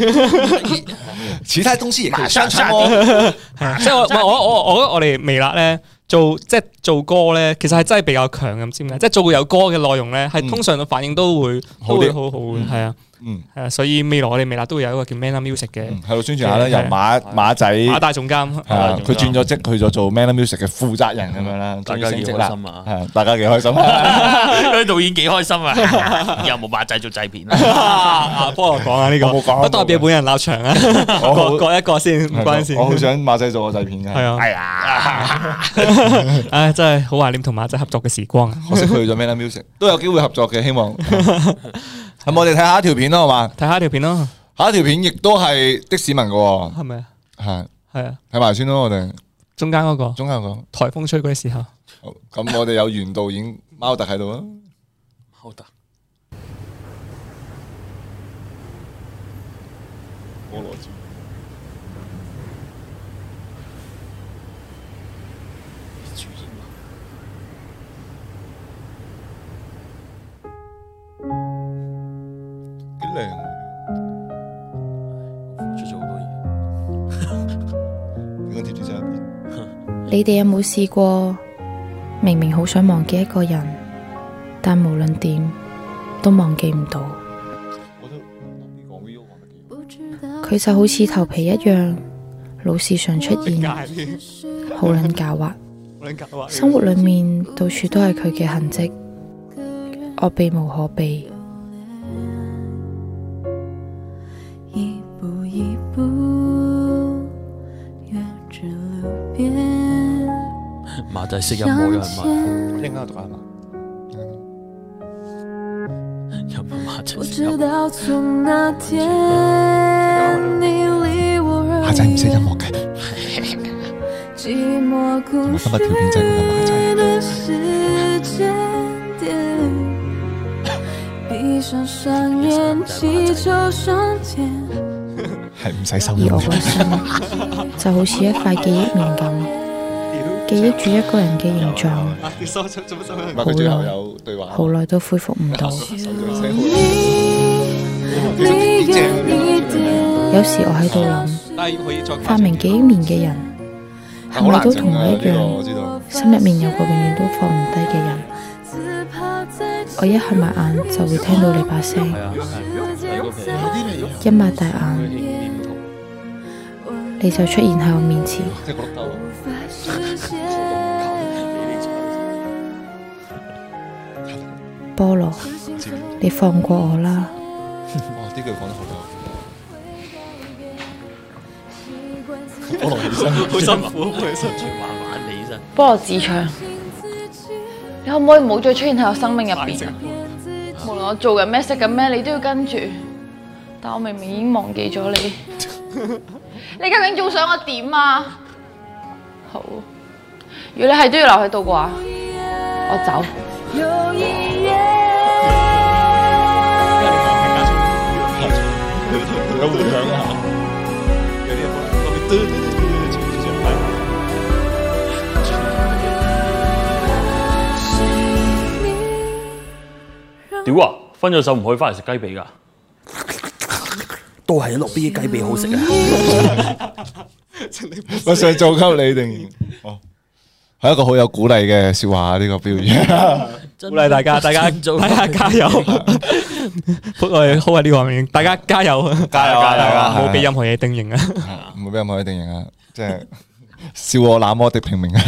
[SPEAKER 2] 其他東西也可以上
[SPEAKER 1] 係
[SPEAKER 2] 傳哦。
[SPEAKER 1] 即係我
[SPEAKER 2] [laughs]
[SPEAKER 1] 唔係我我我覺得我哋微辣咧做即係做歌咧，其實係真係比較強咁，知唔知？即係做有歌嘅內容咧，係通常嘅反應都會
[SPEAKER 2] 嗯好
[SPEAKER 1] 都
[SPEAKER 2] 啲
[SPEAKER 1] 會好好嘅，係啊，
[SPEAKER 2] 嗯，
[SPEAKER 1] 係啊，所以未來我哋微辣都會有一個叫 Man Up Music 嘅，
[SPEAKER 2] 喺度宣傳下啦，
[SPEAKER 1] 嘅
[SPEAKER 2] 由馬馬仔
[SPEAKER 1] 馬大總監 [laughs]
[SPEAKER 2] 係啊佢轉咗職去咗做 Man Music 嘅負責人咁樣啦，
[SPEAKER 5] 大家
[SPEAKER 2] 終於
[SPEAKER 5] 幾
[SPEAKER 2] 升職啦
[SPEAKER 5] 開心啊
[SPEAKER 2] 係大家幾開心啊！
[SPEAKER 5] 嗰啲導演幾開心 [laughs] 啊！有冇馬仔做製片 [laughs] 啊？
[SPEAKER 1] 阿波講下呢
[SPEAKER 2] 我冇講啊
[SPEAKER 1] 個，不代表本人立場啊，
[SPEAKER 2] 我好
[SPEAKER 1] [laughs] 各各一個先，唔關事。
[SPEAKER 2] 我好想哎馬仔做個製片㗎。
[SPEAKER 1] 係
[SPEAKER 2] [laughs]
[SPEAKER 1] 啊
[SPEAKER 2] 係啊，
[SPEAKER 1] [laughs] 唉，真係好懷念同馬仔合作嘅時光啊！
[SPEAKER 2] 可惜佢去咗 Man Music，都有機會合作嘅，希望。咁我哋睇下一條片咯，好嘛？
[SPEAKER 1] 睇下一條片咯，
[SPEAKER 2] 下一條片亦都係的士文嘅喎，
[SPEAKER 1] 係咪啊？
[SPEAKER 2] 係
[SPEAKER 1] 係啊，
[SPEAKER 2] 睇埋先咯，我哋。
[SPEAKER 1] 中間嗰個
[SPEAKER 2] 中間
[SPEAKER 1] 個
[SPEAKER 2] 嗰
[SPEAKER 1] 颱風吹過嘅時候。
[SPEAKER 2] 好咁我哋有原導演貓特喺度啊，
[SPEAKER 5] 好得，
[SPEAKER 2] 菠蘿椒。幾靚啊。
[SPEAKER 5] 出咗好多嘢。
[SPEAKER 2] 點解貼住先一邊
[SPEAKER 13] 你哋有冇試過明明好想忘記一個人，但無論點都忘記唔到？佢就好似頭皮一樣，老是常出現，好撚狡猾。生活裏面到處都係佢嘅痕跡，我避無可避。
[SPEAKER 14] 一步一步越至路边，
[SPEAKER 5] 馬仔識音 [laughs] 樂有人問，
[SPEAKER 2] 聽下讀下嘛。
[SPEAKER 5] 有冇馬仔
[SPEAKER 14] 不
[SPEAKER 5] 識音樂？
[SPEAKER 14] 知道从那天你离我而
[SPEAKER 2] 馬仔唔識音樂嘅，
[SPEAKER 14] 寂寞孤
[SPEAKER 2] 今日條片就係嗰個馬仔。
[SPEAKER 14] 单的时间点， [laughs] 闭上双眼，祈求上天。
[SPEAKER 2] 係唔使收
[SPEAKER 13] 而我個心就好似一塊記憶面咁，記憶住一個人嘅形狀。
[SPEAKER 2] 唔係佢最後有對話。
[SPEAKER 13] 好耐都恢復唔到。
[SPEAKER 14] 你给一点
[SPEAKER 13] 有時我喺度
[SPEAKER 1] 但係可以再
[SPEAKER 13] 諗，發明幾面嘅人係咪都同我一樣，心入面有個永遠都放唔低嘅人？我一合埋眼就會聽到你把聲，
[SPEAKER 2] 啊
[SPEAKER 13] 一擘大眼你就出現喺我面前。菠蘿，你放過我啦！
[SPEAKER 2] 哇！呢句講得好啊！菠蘿起身，
[SPEAKER 5] 好辛苦，佢身 [laughs] 慢慢起身。
[SPEAKER 15] 菠蘿自強，你可唔可以唔好再出現喺我生命入邊啊？無論我做緊咩、食緊咩，你都要跟住。但我明明已經忘記咗你，你究竟仲想我點啊？好，如果你係都要留喺度嘅話，我走。
[SPEAKER 2] 有回響啊！有啲人特別嘟嘟嘟嘟嘟嘟嘟嘟
[SPEAKER 5] 屌啊！分咗手唔可以翻嚟食雞髀噶，
[SPEAKER 3] 都係落邊啲雞髀好食啊！
[SPEAKER 2] 我想做給你定哦，係一個好有鼓勵嘅笑話呢個標語，
[SPEAKER 1] 鼓勵大家，大家大家加油！我哋 hold 喺呢個畫面，大家加油，
[SPEAKER 2] 加油加油
[SPEAKER 1] 唔好俾任何嘢定型啊！
[SPEAKER 2] 唔好俾任何一定型啊！即係笑我那麼的平民啊！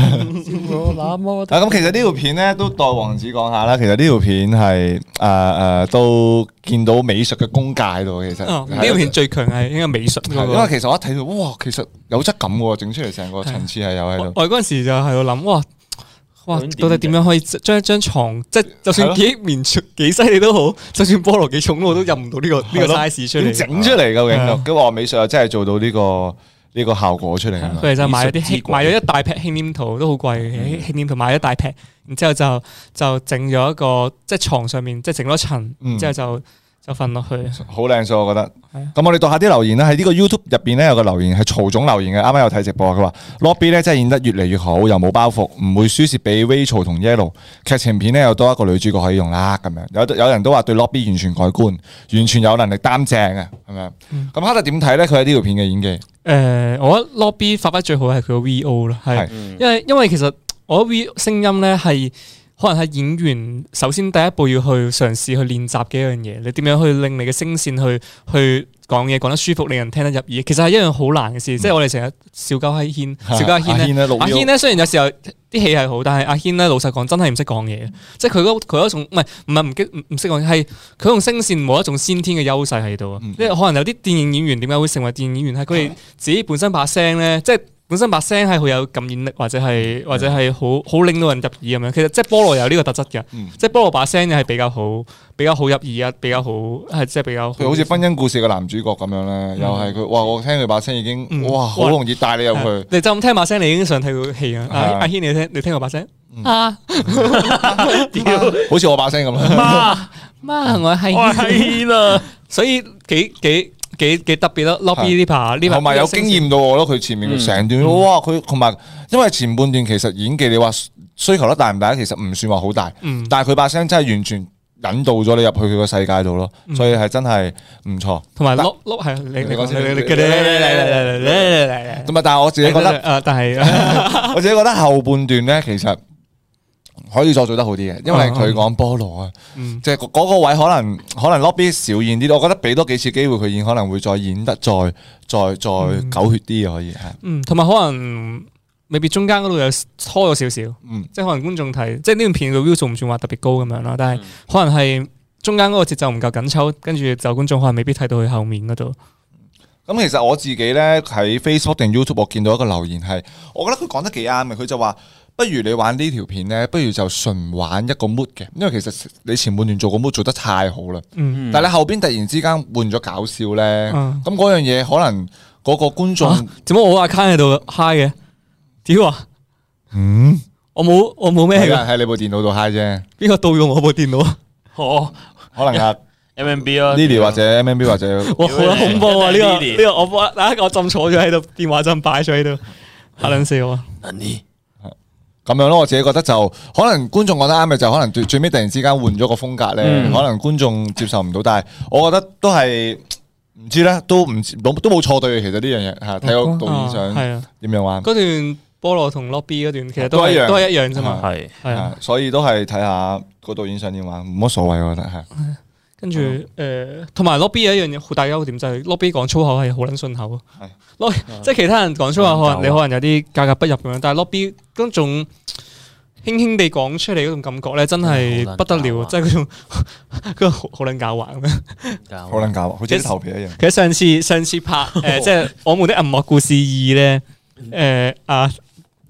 [SPEAKER 3] 我那麼
[SPEAKER 2] 啊，咁其實呢條片咧都代王子講下啦。其實呢條片係誒誒都見到美術嘅功界度，其實
[SPEAKER 1] 哦呢條片最強係應該美術嗰
[SPEAKER 2] 係
[SPEAKER 1] 個
[SPEAKER 2] 因為其實我一睇到，哇，其實有質感喎，整出嚟成個層次係有喺度。
[SPEAKER 1] 我嗰陣時就喺度諗，哇哇，到底點樣可以將張床，即係就算幾棉幾犀利都好，就算菠蘿幾重我都入唔到呢個呢個 size 出
[SPEAKER 2] 點
[SPEAKER 1] 嚟。
[SPEAKER 2] 整出嚟究
[SPEAKER 1] 係啊
[SPEAKER 2] 竟？咁話美術又真係做到呢個呢個效果出嚟啊嘛！
[SPEAKER 1] 佢哋就買咗啲輕買咗一大劈輕黏土，都好貴
[SPEAKER 2] 嗯
[SPEAKER 1] 嘅輕黏土，買咗一大劈，然之後就就整咗一個即係床上面，即係整咗層，
[SPEAKER 2] 嗯
[SPEAKER 1] 然之後就就瞓落去。
[SPEAKER 2] 好靚數，我覺得。
[SPEAKER 1] 啊
[SPEAKER 2] 咁我哋讀下啲留言啦，喺呢個 YouTube 入邊咧有個留言係曹總留言嘅，啱啱有睇直播，佢話 Lobby 咧真係演得越嚟越好，又冇包袱，唔會輸蝕俾 Rachel 同 Yellow。劇情片咧有多一個女主角可以用啦，咁樣有有人都話對 Lobby 完全改觀，完全有能力擔正嘅，咁樣。
[SPEAKER 1] 嗯
[SPEAKER 2] 咁哈特點睇咧？佢喺呢條片嘅演技，
[SPEAKER 1] 誒、我覺得 lobby 發揮最好係佢個 VO 啦，係
[SPEAKER 2] 嗯係，
[SPEAKER 1] 因為因為其實我覺得 V 聲音咧係可能係演員首先第一步要去嘗試去練習嘅一樣嘢，你點樣去令你嘅聲線去去講嘢講得舒服，令人聽得入耳，其實係一樣好難嘅事，
[SPEAKER 2] 嗯
[SPEAKER 1] 即係我哋成日笑鳩阿
[SPEAKER 2] [laughs]
[SPEAKER 1] 軒，
[SPEAKER 2] 係
[SPEAKER 1] 笑鳩阿
[SPEAKER 2] 阿軒
[SPEAKER 1] 軒
[SPEAKER 2] 咧
[SPEAKER 1] 咧
[SPEAKER 2] 老，
[SPEAKER 1] 阿軒咧雖然有時候啲戲係好，但係阿軒咧老實講真係唔識講嘢嘅，即係佢嗰佢嗰種唔係唔係唔識唔唔識講嘢，係佢用聲線冇一種先天嘅優勢喺度啊，
[SPEAKER 2] 嗯
[SPEAKER 1] 即係可能有啲電影演員點解會成為電影演員係佢哋自己本身把聲咧，即係。本身把聲係好有感染力，或者
[SPEAKER 2] 嗯
[SPEAKER 1] 係或者係好好令到人入耳咁樣。其實即係菠蘿有呢個特質嘅，
[SPEAKER 2] 嗯
[SPEAKER 1] 即係菠蘿把聲係比較好，比較好入耳啊，比較好係即係比較
[SPEAKER 2] 佢好似婚姻故事嘅男主角咁樣
[SPEAKER 1] 嗯
[SPEAKER 2] 咧，又係佢，哇！我聽佢把聲已經，哇，好容易帶你入去。
[SPEAKER 1] 你就咁聽把聲，你已經想睇到戲啊！阿
[SPEAKER 2] 係啊嗯
[SPEAKER 1] 阿軒，你聽你聽我把聲啊，
[SPEAKER 2] 好似我把聲
[SPEAKER 1] [laughs]
[SPEAKER 2] 咁 [laughs]
[SPEAKER 1] 媽
[SPEAKER 2] 啊！
[SPEAKER 1] 媽，我係
[SPEAKER 5] 我係
[SPEAKER 1] 啦，所以幾幾幾幾特別咯。Lobby 呢排呢排
[SPEAKER 2] 同埋有經驗到我咯，佢
[SPEAKER 1] 嗯
[SPEAKER 2] 前面佢成段，哇！佢同埋因為前半段其實演技你話需求得大唔大，其實唔算話好大，
[SPEAKER 1] 嗯
[SPEAKER 2] 但係佢把聲真係完全引導咗你入去佢個世界度咯，
[SPEAKER 1] 嗯
[SPEAKER 2] 所以係真係唔錯。
[SPEAKER 1] 同埋
[SPEAKER 2] 但
[SPEAKER 1] Lob Lob 係你你
[SPEAKER 2] 你講
[SPEAKER 1] 講
[SPEAKER 2] 先
[SPEAKER 1] 你你你
[SPEAKER 2] 你咁啊，但係我自己覺得，
[SPEAKER 1] 誒，但係
[SPEAKER 2] 我自己覺得後半段咧，其實可以再做得好啲嘅，因為佢講菠蘿啊，
[SPEAKER 1] 嗯
[SPEAKER 2] 即係嗰個位可能可能 lobby 少演啲，我覺得俾多幾次機會佢演，可能會再演得再再再狗血啲嘅可以係。
[SPEAKER 1] 嗯，同埋可能未必中間嗰度有拖咗少少，
[SPEAKER 2] 嗯
[SPEAKER 1] 即係可能觀眾睇，即係呢段片嘅 view 數唔算話特別高咁樣啦，但係可能係中間嗰個節奏唔夠緊湊，跟住就觀眾可能未必睇到佢後面嗰度。
[SPEAKER 2] 咁其實我自己咧喺 Facebook 定 YouTube，我見到一個留言係，我覺得佢講得幾啱嘅。佢就話：不如你玩呢條片咧，不如就純玩一個 mood 嘅，因為其實你前半段做個 mood 做得太好啦。
[SPEAKER 1] 嗯
[SPEAKER 2] 但係你後邊突然之間換咗搞笑咧，
[SPEAKER 1] 嗯
[SPEAKER 2] 咁嗰樣嘢可能嗰個觀眾
[SPEAKER 1] 啊點解我 account 喺度 high 嘅？屌啊！
[SPEAKER 2] 嗯，
[SPEAKER 1] 我冇我冇咩
[SPEAKER 2] 係啊
[SPEAKER 1] 㗎，
[SPEAKER 2] 喺你部電腦度 high 啫，
[SPEAKER 1] 邊個盜用我部電腦啊？
[SPEAKER 5] 哦
[SPEAKER 2] 可能
[SPEAKER 1] [laughs]
[SPEAKER 2] 啊
[SPEAKER 5] MMB 啊
[SPEAKER 2] Lily 或者 M M B 或者
[SPEAKER 1] 哇，好恐怖啊！呢個
[SPEAKER 5] 呢
[SPEAKER 1] 呢個我我大家我浸坐咗喺度，電話枕擺咗喺度，嚇撚死我啊！
[SPEAKER 2] 咁樣咯，我自己覺得就可能觀眾覺得啱嘅就可能最最尾突然之間換咗個風格咧，
[SPEAKER 1] 嗯
[SPEAKER 2] 可能觀眾接受唔到，但係我覺得都係唔知咧，都唔知都都冇錯對嘅。其實呢樣嘢嚇，睇
[SPEAKER 1] 哦
[SPEAKER 2] 個導演
[SPEAKER 1] 啊係啊
[SPEAKER 2] 想點樣玩，
[SPEAKER 1] 嗰段菠蘿同 lobby 嗰段，其啊實都
[SPEAKER 2] 一
[SPEAKER 1] 係
[SPEAKER 2] 樣，
[SPEAKER 1] 都係一樣啫嘛。
[SPEAKER 2] 係
[SPEAKER 1] 係啊
[SPEAKER 2] 啊，所以都係睇下個導演想點玩，冇乜所謂，我覺得啊係。
[SPEAKER 1] 嗯跟住誒，同埋 lobby 有一樣嘢好大嘅優點就係 lobby 講粗口係好撚順口啊。Lobby- 嗯即係其他人講粗口可能你可能有啲格格不入咁樣，但係 lobby 嗰種輕輕地講出嚟嗰種感覺咧，真係不得了，啊即係嗰種 [laughs] 嗰種好好撚狡猾咁樣，
[SPEAKER 2] 好撚狡猾好似啲頭皮一樣
[SPEAKER 1] 其實上次上次 [laughs] 拍誒，即係我們的銀幕故事二咧，誒啊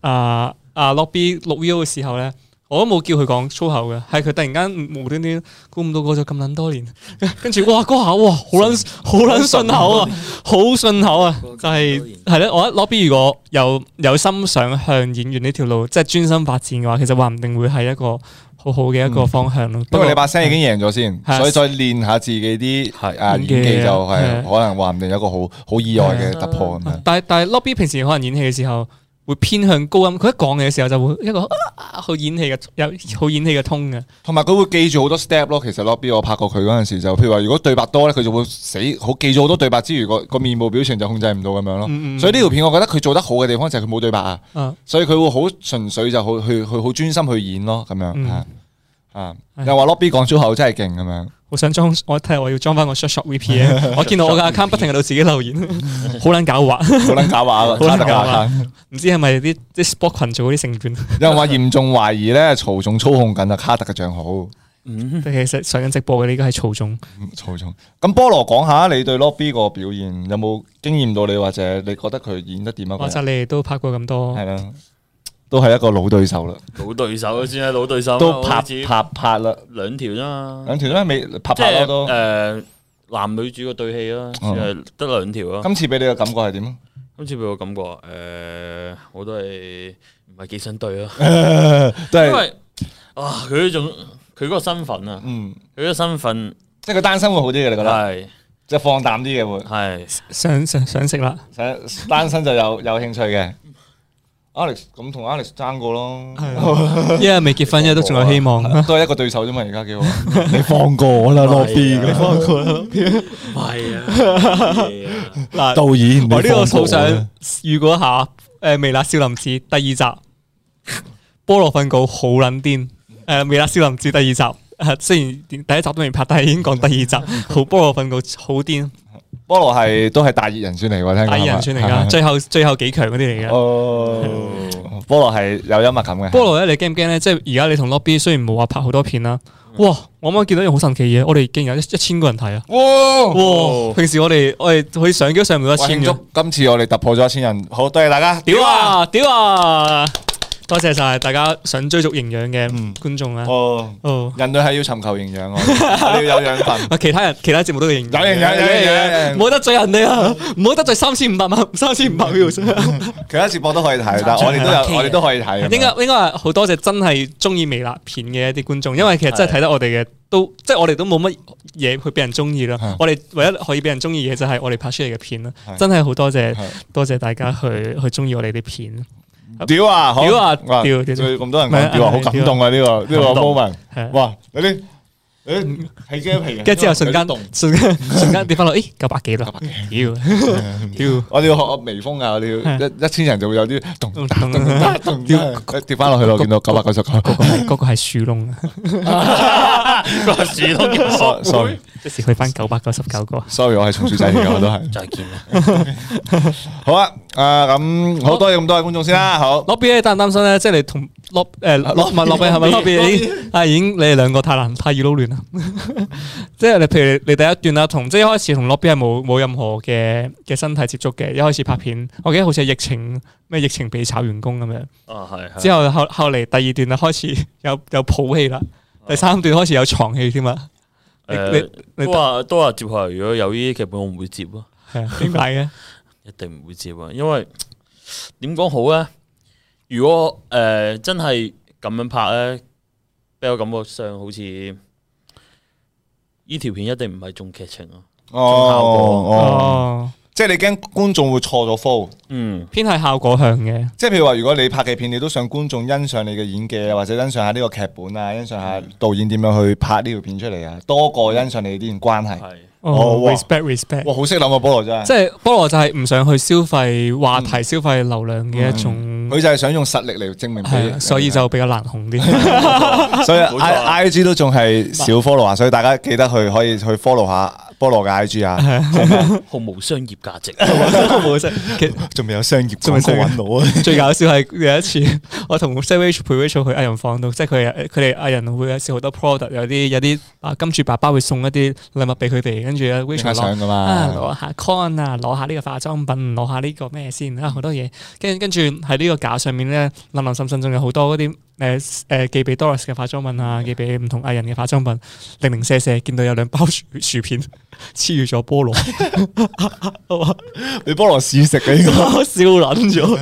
[SPEAKER 1] 啊啊 lobby 錄 V O 嘅時候咧。我都冇叫佢講粗口嘅，係佢突然間無端端估唔到過咗咁撚多年， [laughs] 跟住哇嗰下哇好撚好撚順口啊，好順口啊，就係係咧。我覺得 lobby 如果有有心想向演員呢條路，即係專心發展嘅話，其實話唔定會係一個好好嘅一個方向嗯咯。不過
[SPEAKER 2] 因為你把聲已經贏咗先，
[SPEAKER 1] 係啊
[SPEAKER 2] 所以再練下自己啲啊
[SPEAKER 1] 演
[SPEAKER 2] 演
[SPEAKER 1] 技啊
[SPEAKER 2] 技就
[SPEAKER 1] 係
[SPEAKER 2] 係
[SPEAKER 1] 啊
[SPEAKER 2] 可能話唔定有一個好好意外嘅突破咁樣。
[SPEAKER 1] 但係但係 lobby 平時可能演戲嘅時候會偏向高音，佢一講嘢嘅時候就會一個啊好演戲嘅有好演戲嘅通嘅。
[SPEAKER 2] 同埋佢會記住好多 step 咯，其實 lobby 我拍過佢嗰陣時就，譬如話如果對白多咧，佢就會死好記住好多對白之餘，個個面部表情就控制唔到咁樣咯。
[SPEAKER 1] 嗯嗯
[SPEAKER 2] 所以呢條片我覺得佢做得好嘅地方就係佢冇對白啊，
[SPEAKER 1] 嗯
[SPEAKER 2] 所以佢會好純粹就好去去好專心去演咯咁樣
[SPEAKER 1] 嗯
[SPEAKER 2] 啊啊！又話 lobby 講粗口真係勁
[SPEAKER 1] [laughs]
[SPEAKER 2] 咁樣，
[SPEAKER 1] 好想裝，我睇下我要裝翻個 short short [laughs] VPN。我見到我嘅 account 不停喺度自己 [laughs] 留言，好撚狡猾，
[SPEAKER 2] 好撚狡猾啊
[SPEAKER 1] 好撚狡
[SPEAKER 2] 卡特卡
[SPEAKER 1] 猾。唔知係咪啲啲 sport 群組嗰啲成員？
[SPEAKER 2] 有人話嚴重懷疑咧曹總操控緊啊卡特嘅帳號。嗯
[SPEAKER 1] 其實上緊直播嘅呢個係曹總。
[SPEAKER 2] 曹總，咁菠蘿講下你對 lobby 個表現有冇經驗到你，或者你覺得佢演得點啊？
[SPEAKER 1] 或者你哋都拍過咁多，
[SPEAKER 2] 係啦，都係一個老對手啦。
[SPEAKER 5] 老對手先啦，老對手
[SPEAKER 2] 都拍拍
[SPEAKER 5] 拍啦，兩條啫嘛，
[SPEAKER 2] 兩條都係未拍
[SPEAKER 5] 即
[SPEAKER 2] 拍咯
[SPEAKER 5] 係
[SPEAKER 2] 都
[SPEAKER 5] 誒男女主嘅對戲啦，
[SPEAKER 2] 嗯
[SPEAKER 5] 誒得兩條啦。
[SPEAKER 2] 今次俾你嘅感覺係點啊？，
[SPEAKER 5] 今次俾我感覺誒，我都係唔係幾想對咯
[SPEAKER 2] 都係
[SPEAKER 5] 因為啊佢嗰種佢嗰個身份啊，
[SPEAKER 2] 嗯，
[SPEAKER 5] 佢嗰個身份
[SPEAKER 2] 即係佢單身會好啲嘅，你覺得？
[SPEAKER 5] 係，
[SPEAKER 2] 即係放膽啲嘅會。
[SPEAKER 5] 係
[SPEAKER 1] 想想想食啦。
[SPEAKER 2] 單身就有有興趣嘅。Alex 咁同 Alex 爭過咯，
[SPEAKER 1] 因為未結婚，因為都仲有希望。 [laughs]
[SPEAKER 2] 都係一個對手啫嘛，而家幾好。你放過我啦，lobby
[SPEAKER 5] à.
[SPEAKER 2] 你放過啦
[SPEAKER 5] 係啊。
[SPEAKER 1] 嗱
[SPEAKER 2] 導演你
[SPEAKER 1] 我呢個
[SPEAKER 2] 放過
[SPEAKER 1] 好
[SPEAKER 2] 我
[SPEAKER 1] 想
[SPEAKER 2] 啦
[SPEAKER 1] 預告一下，誒微辣少林寺第二集， [laughs] 菠蘿瞓稿好撚癲。誒微辣少林寺第二集，誒雖然第一集都未拍，但係已經講第二集，
[SPEAKER 2] [laughs]
[SPEAKER 1] 好菠蘿瞓稿好癲。
[SPEAKER 2] 菠蘿係都係大熱人選嚟喎，啊聽講係咪
[SPEAKER 1] 大熱人選嚟噶，最後最後幾強嗰啲嚟噶。
[SPEAKER 2] 哦，菠蘿係有幽默感嘅。
[SPEAKER 1] 菠蘿咧，你驚唔驚咧？即係而家你同 lobby 雖然冇話拍好多片啦，
[SPEAKER 2] 嗯
[SPEAKER 1] 哇！我啱啱見到一樣好神奇嘅嘢，我哋竟然有一一千個人睇啊！哇！平時我哋我哋可以上幾都上唔到一千
[SPEAKER 2] 哦慶
[SPEAKER 1] 嘅
[SPEAKER 2] 祝。今次我哋突破咗一千人，好多謝大家。
[SPEAKER 1] 屌啊！屌啊！多謝晒大家想追逐營養嘅
[SPEAKER 2] 嗯
[SPEAKER 1] 觀眾啊！
[SPEAKER 2] 哦
[SPEAKER 1] 哦，
[SPEAKER 2] 人類係要尋求營養，我哋我哋要有養分。
[SPEAKER 1] [laughs] 啊其他人其他節目都有營養，
[SPEAKER 2] 有營養有營養有營養嗯
[SPEAKER 1] 唔好得罪人哋啊！唔好得罪三千五百萬三千五百 views。啊
[SPEAKER 2] 其他節目都可以睇，但係我哋都有，我哋都可以睇。
[SPEAKER 1] 應該應該係好多謝真係中意微辣片嘅一啲觀眾，因為其實真係睇得我哋嘅都即係我哋都冇乜嘢去俾人中意啦。我哋唯一可以俾人中意嘅就係我哋拍出嚟嘅片啦
[SPEAKER 2] 係。
[SPEAKER 1] 真係好多謝多謝大家去去中意我哋啲片。
[SPEAKER 2] 屌啊！好
[SPEAKER 1] 屌啊！
[SPEAKER 2] 哇
[SPEAKER 1] 屌屌！
[SPEAKER 2] 所以咁多人講屌啊，好感動啊！呢個呢個 moment，哇！有啲有啲起雞皮嘅，
[SPEAKER 1] 跟住之後瞬間
[SPEAKER 2] 有啲凍
[SPEAKER 1] 瞬間瞬間跌翻落，咦九百幾啦，屌屌！
[SPEAKER 2] 我哋要學微風啊！我哋要一一千人就會有啲
[SPEAKER 1] [laughs]
[SPEAKER 2] 咚咚咚咚咚跌翻落去咯，見到九百九十九。
[SPEAKER 1] 嗰個係樹窿啊，
[SPEAKER 5] 個樹窿嘅
[SPEAKER 2] So- à. sorry
[SPEAKER 1] [laughs] 即時去翻九百九十九個。
[SPEAKER 2] sorry，我係松鼠仔
[SPEAKER 1] [laughs]
[SPEAKER 2] 嚟嘅，我都係。
[SPEAKER 5] 再見啦。
[SPEAKER 2] 好啊，啊咁好多謝咁多位觀眾先啦，好。
[SPEAKER 1] lobby 咧擔唔擔心咧？即係你同 lob 誒 lob 唔係 lobby 係咪 lobby 已經啊已經你哋兩個太難太易撈亂啦。 [laughs] 即係你譬如你第一段啦，啊同即係一開始同 lobby 係冇冇任何嘅嘅身體接觸嘅，一開始拍片，我記得好似係疫情咩疫情被炒員工咁樣。
[SPEAKER 5] 啊係
[SPEAKER 1] 之後後後嚟第二段啦，啊開始 [laughs] 有有抱戲啦，第三段開始有床戲添啊啦。你
[SPEAKER 5] 誒
[SPEAKER 1] 你
[SPEAKER 5] 都話都話接下來如果有呢啲劇本，我唔會接咯。
[SPEAKER 1] 係啊點解嘅？
[SPEAKER 5] 一定唔會接啊，因為點講好咧？如果誒、呃真係咁樣拍咧，俾我感覺上好似呢條片一定唔係重劇情咯，重效果。
[SPEAKER 2] 哦，即係你驚觀眾會錯咗 f
[SPEAKER 5] 嗯，
[SPEAKER 1] 偏係效果向嘅。
[SPEAKER 2] 即係譬如話，如果你拍嘅片，你都想觀眾欣賞你嘅演技啊，或者欣賞下呢個劇本啊，欣賞下導演點樣去拍呢條片出嚟啊，多過欣賞你啲關係。哦哇
[SPEAKER 1] respect respect，
[SPEAKER 2] 哇好識諗啊菠蘿真係
[SPEAKER 1] 即係菠蘿就係唔想去消費話題、消費流量嘅一種，
[SPEAKER 2] 佢就係想用實力嚟證明
[SPEAKER 1] 嗯係啊
[SPEAKER 2] 俾，
[SPEAKER 1] 所以就比較難紅啲。
[SPEAKER 2] 所以
[SPEAKER 1] 啊
[SPEAKER 2] I I G 都仲係少 follow 啊，所以大家記得去可以去 follow 下菠蘿嘅 I
[SPEAKER 1] [laughs]
[SPEAKER 2] G 啊，
[SPEAKER 5] 毫無商業價值。
[SPEAKER 2] 仲未有商業
[SPEAKER 1] 仲未
[SPEAKER 2] 廣告
[SPEAKER 1] 商業
[SPEAKER 2] 揾我啊！
[SPEAKER 1] 最搞笑係有一次， [laughs] 我同 Savage 陪 Rachel 去藝人房度，即係佢佢哋藝人會有時好多 product，有啲有啲啊金主爸爸會送一啲禮物俾佢哋，跟住咧 Rachel
[SPEAKER 2] 影下相㗎
[SPEAKER 1] 攞
[SPEAKER 2] 嘛
[SPEAKER 1] 啊攞下 con 啊，攞下呢個化妝品，攞下呢個咩先啊，好多嘢。跟跟住喺呢個架上面咧，林林滲滲仲有好多嗰啲誒誒寄俾 Doris 嘅化妝品
[SPEAKER 2] 嗯
[SPEAKER 1] 啊，寄俾唔同藝人嘅化妝品，零零舍舍見到有兩包薯薯片黐住咗菠蘿， [laughs]
[SPEAKER 2] 啊 [laughs] 你菠蘿試食嘅應
[SPEAKER 1] [laughs]
[SPEAKER 2] 該
[SPEAKER 1] 我笑撚咗。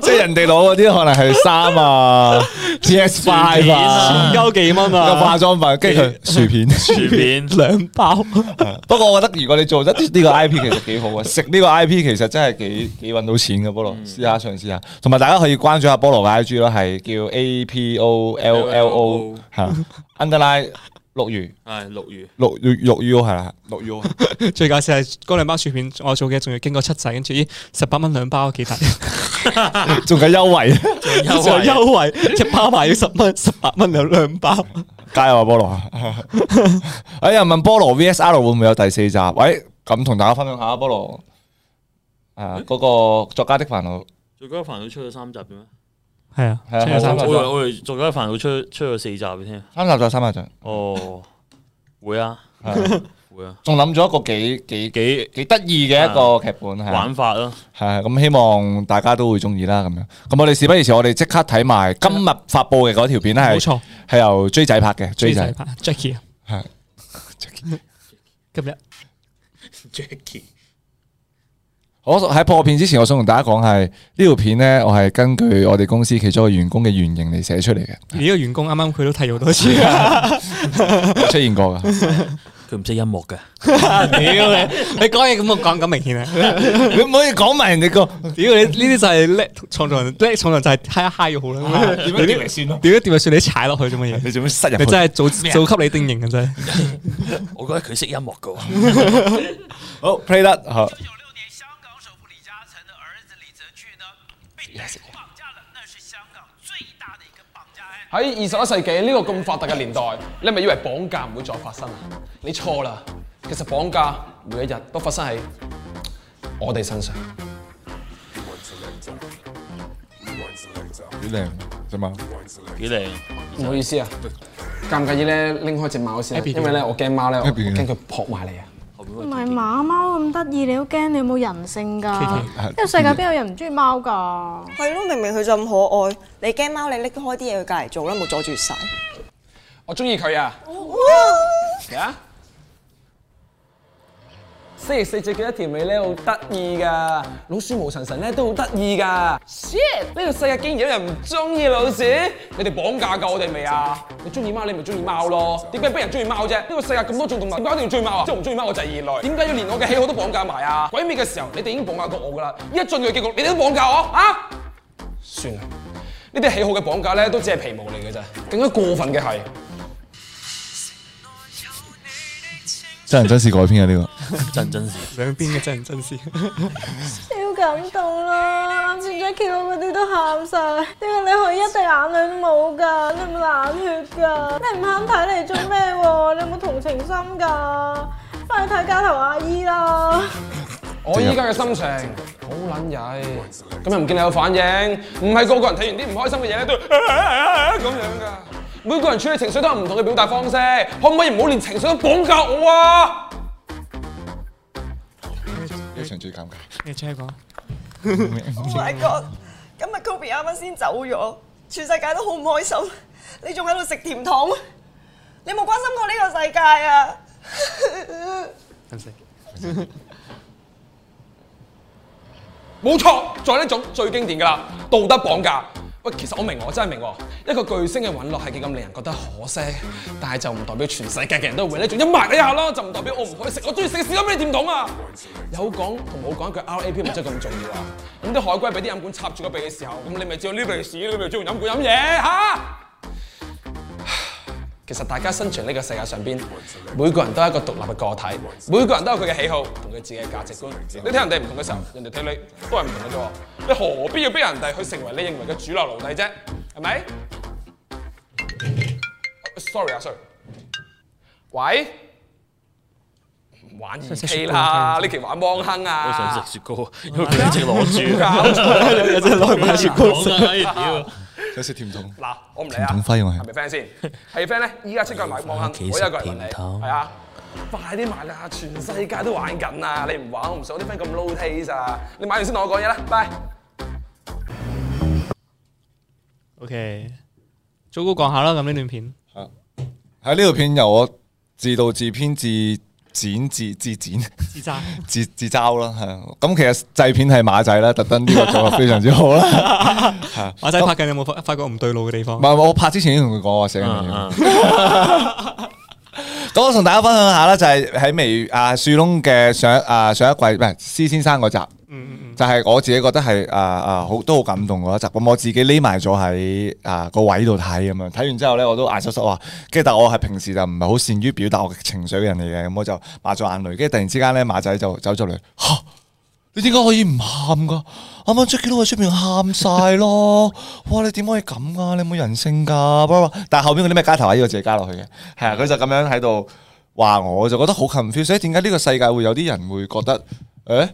[SPEAKER 2] 即係人哋攞嗰啲可能係衫
[SPEAKER 1] [laughs]
[SPEAKER 2] 啊、PS Five 啊，
[SPEAKER 1] 薯片啊幾蚊啊
[SPEAKER 2] 個化妝品，跟住佢薯片、
[SPEAKER 1] 薯片兩包。
[SPEAKER 2] 不過我覺得如果你做得呢個 I P 其實幾 [laughs] 好啊，食呢個 I P 其實真係幾幾揾到錢嘅菠蘿，試下嘗試下。同埋大家可以關注下菠蘿嘅 I G 咯，係叫 A P O L L O 係啦，underline 陸魚
[SPEAKER 5] 係陸魚
[SPEAKER 2] 陸魚陸魚係啦，陸魚。
[SPEAKER 1] 最搞笑係嗰兩包薯片，我做嘅仲要經過七仔，跟住咦十八蚊兩包 [laughs] 幾大，
[SPEAKER 2] [laughs] 仲有優惠，
[SPEAKER 1] 仲有優惠，一包賣要十蚊，十八蚊兩兩包。
[SPEAKER 2] 加油啊菠蘿！ [laughs] 哎呀，問菠蘿 V S R 會唔會有第四集？喂，咁同大家分享下啊菠蘿。啊！嗰個作家的煩惱
[SPEAKER 5] 最高煩惱出咗三集嘅咩？
[SPEAKER 1] 係啊
[SPEAKER 2] 係啊出咗三集
[SPEAKER 5] 我以為我哋最高煩惱出出咗四集嘅添。
[SPEAKER 2] 三集就三集就
[SPEAKER 5] 哦，會啊
[SPEAKER 2] 係啊，
[SPEAKER 5] 會啊，
[SPEAKER 2] 仲諗咗一個幾幾
[SPEAKER 5] 幾
[SPEAKER 2] 幾得意嘅一個劇本係
[SPEAKER 5] 玩法咯。
[SPEAKER 2] 係咁，希望大家都會中意啦。咁樣咁，我哋事不宜遲，我哋即刻睇埋今日發布嘅嗰條片咧，係
[SPEAKER 1] 冇錯，
[SPEAKER 2] 係由 J 仔拍嘅。J 仔
[SPEAKER 1] 拍 Jackie 啊
[SPEAKER 2] 係
[SPEAKER 1] 今日
[SPEAKER 5] Jackie
[SPEAKER 2] 我喺破片之前，我想同大家講係呢條片咧，我係根據我哋公司其中一個員工嘅原型嚟寫出
[SPEAKER 1] [laughs]
[SPEAKER 2] 嚟嘅，
[SPEAKER 1] 而呢個員工啱啱佢都提好多次，啊
[SPEAKER 2] [laughs] 有出現過㗎。
[SPEAKER 5] 佢唔識音樂嘅，
[SPEAKER 1] 屌你！你講嘢咁我講咁明顯啊！
[SPEAKER 2] [laughs] 你唔可以講埋人哋個，
[SPEAKER 1] 屌你！呢啲就係叻創造人，叻創造人就係嗨一嗨就好啦。
[SPEAKER 2] [laughs] 點樣跌嚟算咯
[SPEAKER 1] 點樣跌嚟算？你踩落去做乜
[SPEAKER 2] [laughs]
[SPEAKER 1] 嘢？
[SPEAKER 2] 你做咩塞入去
[SPEAKER 1] 你真係做
[SPEAKER 5] 咩啊
[SPEAKER 1] 做給你定型嘅真係。
[SPEAKER 5] 我覺得佢識音樂嘅喎。
[SPEAKER 4] [laughs]
[SPEAKER 2] 好 play 得好。
[SPEAKER 6] 喺二十一世紀呢個咁發達嘅年代，你係咪以為綁架唔會再發生啊？你錯啦，其實綁架每一日都發生喺我哋身上。
[SPEAKER 2] 幾靚啫嘛，
[SPEAKER 5] 幾靚。
[SPEAKER 6] 唔好意思啊，介唔介意咧拎開只貓先啊？
[SPEAKER 2] Happy
[SPEAKER 6] 因為咧我驚貓咧，我我
[SPEAKER 2] Happy
[SPEAKER 6] 驚佢撲埋你啊！
[SPEAKER 14] 唔係馬貓咁得意，你好驚你有冇人性㗎？
[SPEAKER 6] 係
[SPEAKER 14] 呢個世界邊有人唔中意貓㗎？
[SPEAKER 16] 係咯，明明佢就咁可愛，你驚貓，你拎開啲嘢佢隔離做啦，冇阻住晒。
[SPEAKER 6] 我中意佢啊！嚟啊！星期四最記得條尾咧好得意噶，老鼠無神神咧都好得意噶。shit！呢個世界竟然有人唔中意老鼠，你哋綁架夠我哋未啊？你中意貓你咪中意貓咯，點解俾人中意貓啫？呢個世界咁多種動物，點解一定要追貓啊？即係我唔中意貓我就係異類，點解要連我嘅喜好都綁架埋啊？鬼滅嘅時候你哋已經綁架過我噶啦，依家進入嘅結局你哋都綁架我啊！算啦，呢啲喜好嘅綁架咧都只係皮毛嚟嘅咋，更加過分嘅係。
[SPEAKER 2] 真人真事改編嘅
[SPEAKER 1] [laughs]
[SPEAKER 2] 呢個。
[SPEAKER 5] 真真事，
[SPEAKER 1] [laughs] 兩邊嘅真人真事。
[SPEAKER 14] 超感動啊啦！啱先 Jackie 嗰啲都喊晒，點解你可以一滴眼淚都冇㗎？你唔冷血㗎？你唔肯睇嚟做咩喎？你有冇同情心㗎？翻去睇街頭阿姨啦！
[SPEAKER 16] Oh
[SPEAKER 6] 我依家嘅心情好撚曳，咁又唔見你有反應，唔係個個人睇完啲唔開心嘅嘢咧都咁樣噶。每個人處理情緒都有唔同嘅表達方式，可唔可以唔好連情緒都綁架我啊？
[SPEAKER 2] 呢場最尷尬。
[SPEAKER 1] 你聽講。
[SPEAKER 16] Oh my god！今日 Kobe 啱啱先走咗，全世界都好唔開心，你仲喺度食甜筒，你冇關心過呢個世界啊！
[SPEAKER 6] 冇錯，仲有呢種最經典噶啦，道德綁架。喂，其實我明喎，我真係明喎，一個巨星嘅隕落係幾咁令人覺得可惜，但係就唔代表全世界嘅人都會呢種陰霾底下啦，就唔代表我唔可以食我中意食嘅士多啤梨甜筒啊！有講同冇講一句 RAP 咪真係咁重要啊！咁啲海龜俾啲飲管插住個鼻嘅時候，咁你咪照呢鼻屎，你咪中意飲管飲嘢嚇。其實大家生存呢個世界上邊，每個人都係一個獨立嘅個體，每個人都有佢嘅喜好同佢自己嘅價值觀。你睇人哋唔同嘅時候，人哋睇你都係唔同嘅啫喎。你何必要逼人哋去成為你認為嘅主流奴隸啫？係咪？Sorry 啊，sorry。喂，唔玩二 K 啦，呢期玩芒亨啊！
[SPEAKER 5] 我想食雪糕，因為佢一直攞住，
[SPEAKER 6] 搞錯
[SPEAKER 1] [laughs]
[SPEAKER 5] 有隻攞住雪糕食
[SPEAKER 6] 哎屌
[SPEAKER 2] 想食甜筒，
[SPEAKER 6] 嗱，我唔理
[SPEAKER 2] 甜
[SPEAKER 6] 啊，
[SPEAKER 2] 筒輝我係
[SPEAKER 6] 咪 friend 先？係 friend 咧，依家即刻買望亨，我一個人問你，係啊，快啲買啦！全世界都玩緊啊，你唔玩，我唔想啲 friend 咁 low taste 啊！你買完先同我講嘢啦，拜。
[SPEAKER 1] OK，早高講下啦，咁呢段片
[SPEAKER 2] 喺呢條片由我自導自編自剪自自剪
[SPEAKER 1] 自嘲
[SPEAKER 2] 自自嘲啦，係啊咁其實製片係馬仔啦，特登呢個做得非常之好啦。係啊
[SPEAKER 1] 馬仔拍緊有冇發發覺唔對路嘅地
[SPEAKER 2] 唔
[SPEAKER 1] 方？
[SPEAKER 2] 係我拍之前已經同佢講我
[SPEAKER 5] 嗯
[SPEAKER 2] 寫緊嘢。咁我同大家分享下啦，就係喺微啊樹窿嘅上啊上一季唔係施先生嗰集，就係我自己覺得係啊啊好都好感動嗰一集。咁我自己匿埋咗喺啊個位度睇咁樣，睇完之後咧我都嗌濕濕話，跟住但我係平時就唔係好善於表達我嘅情緒嘅人嚟嘅，咁我就抹咗眼淚，跟住突然之間咧馬仔就走咗嚟，嚇你點解可以唔喊噶？啱啱 Jackie 都喺出面喊晒咯！ [laughs] 哇，你點可以咁噶？你冇人性噶！blah blah 但係後邊嗰啲咩加頭啊，呢個自己加落去嘅，係啊，佢就咁樣喺度話我，就覺得好 confuse。點解呢個世界會有啲人會覺得，誒、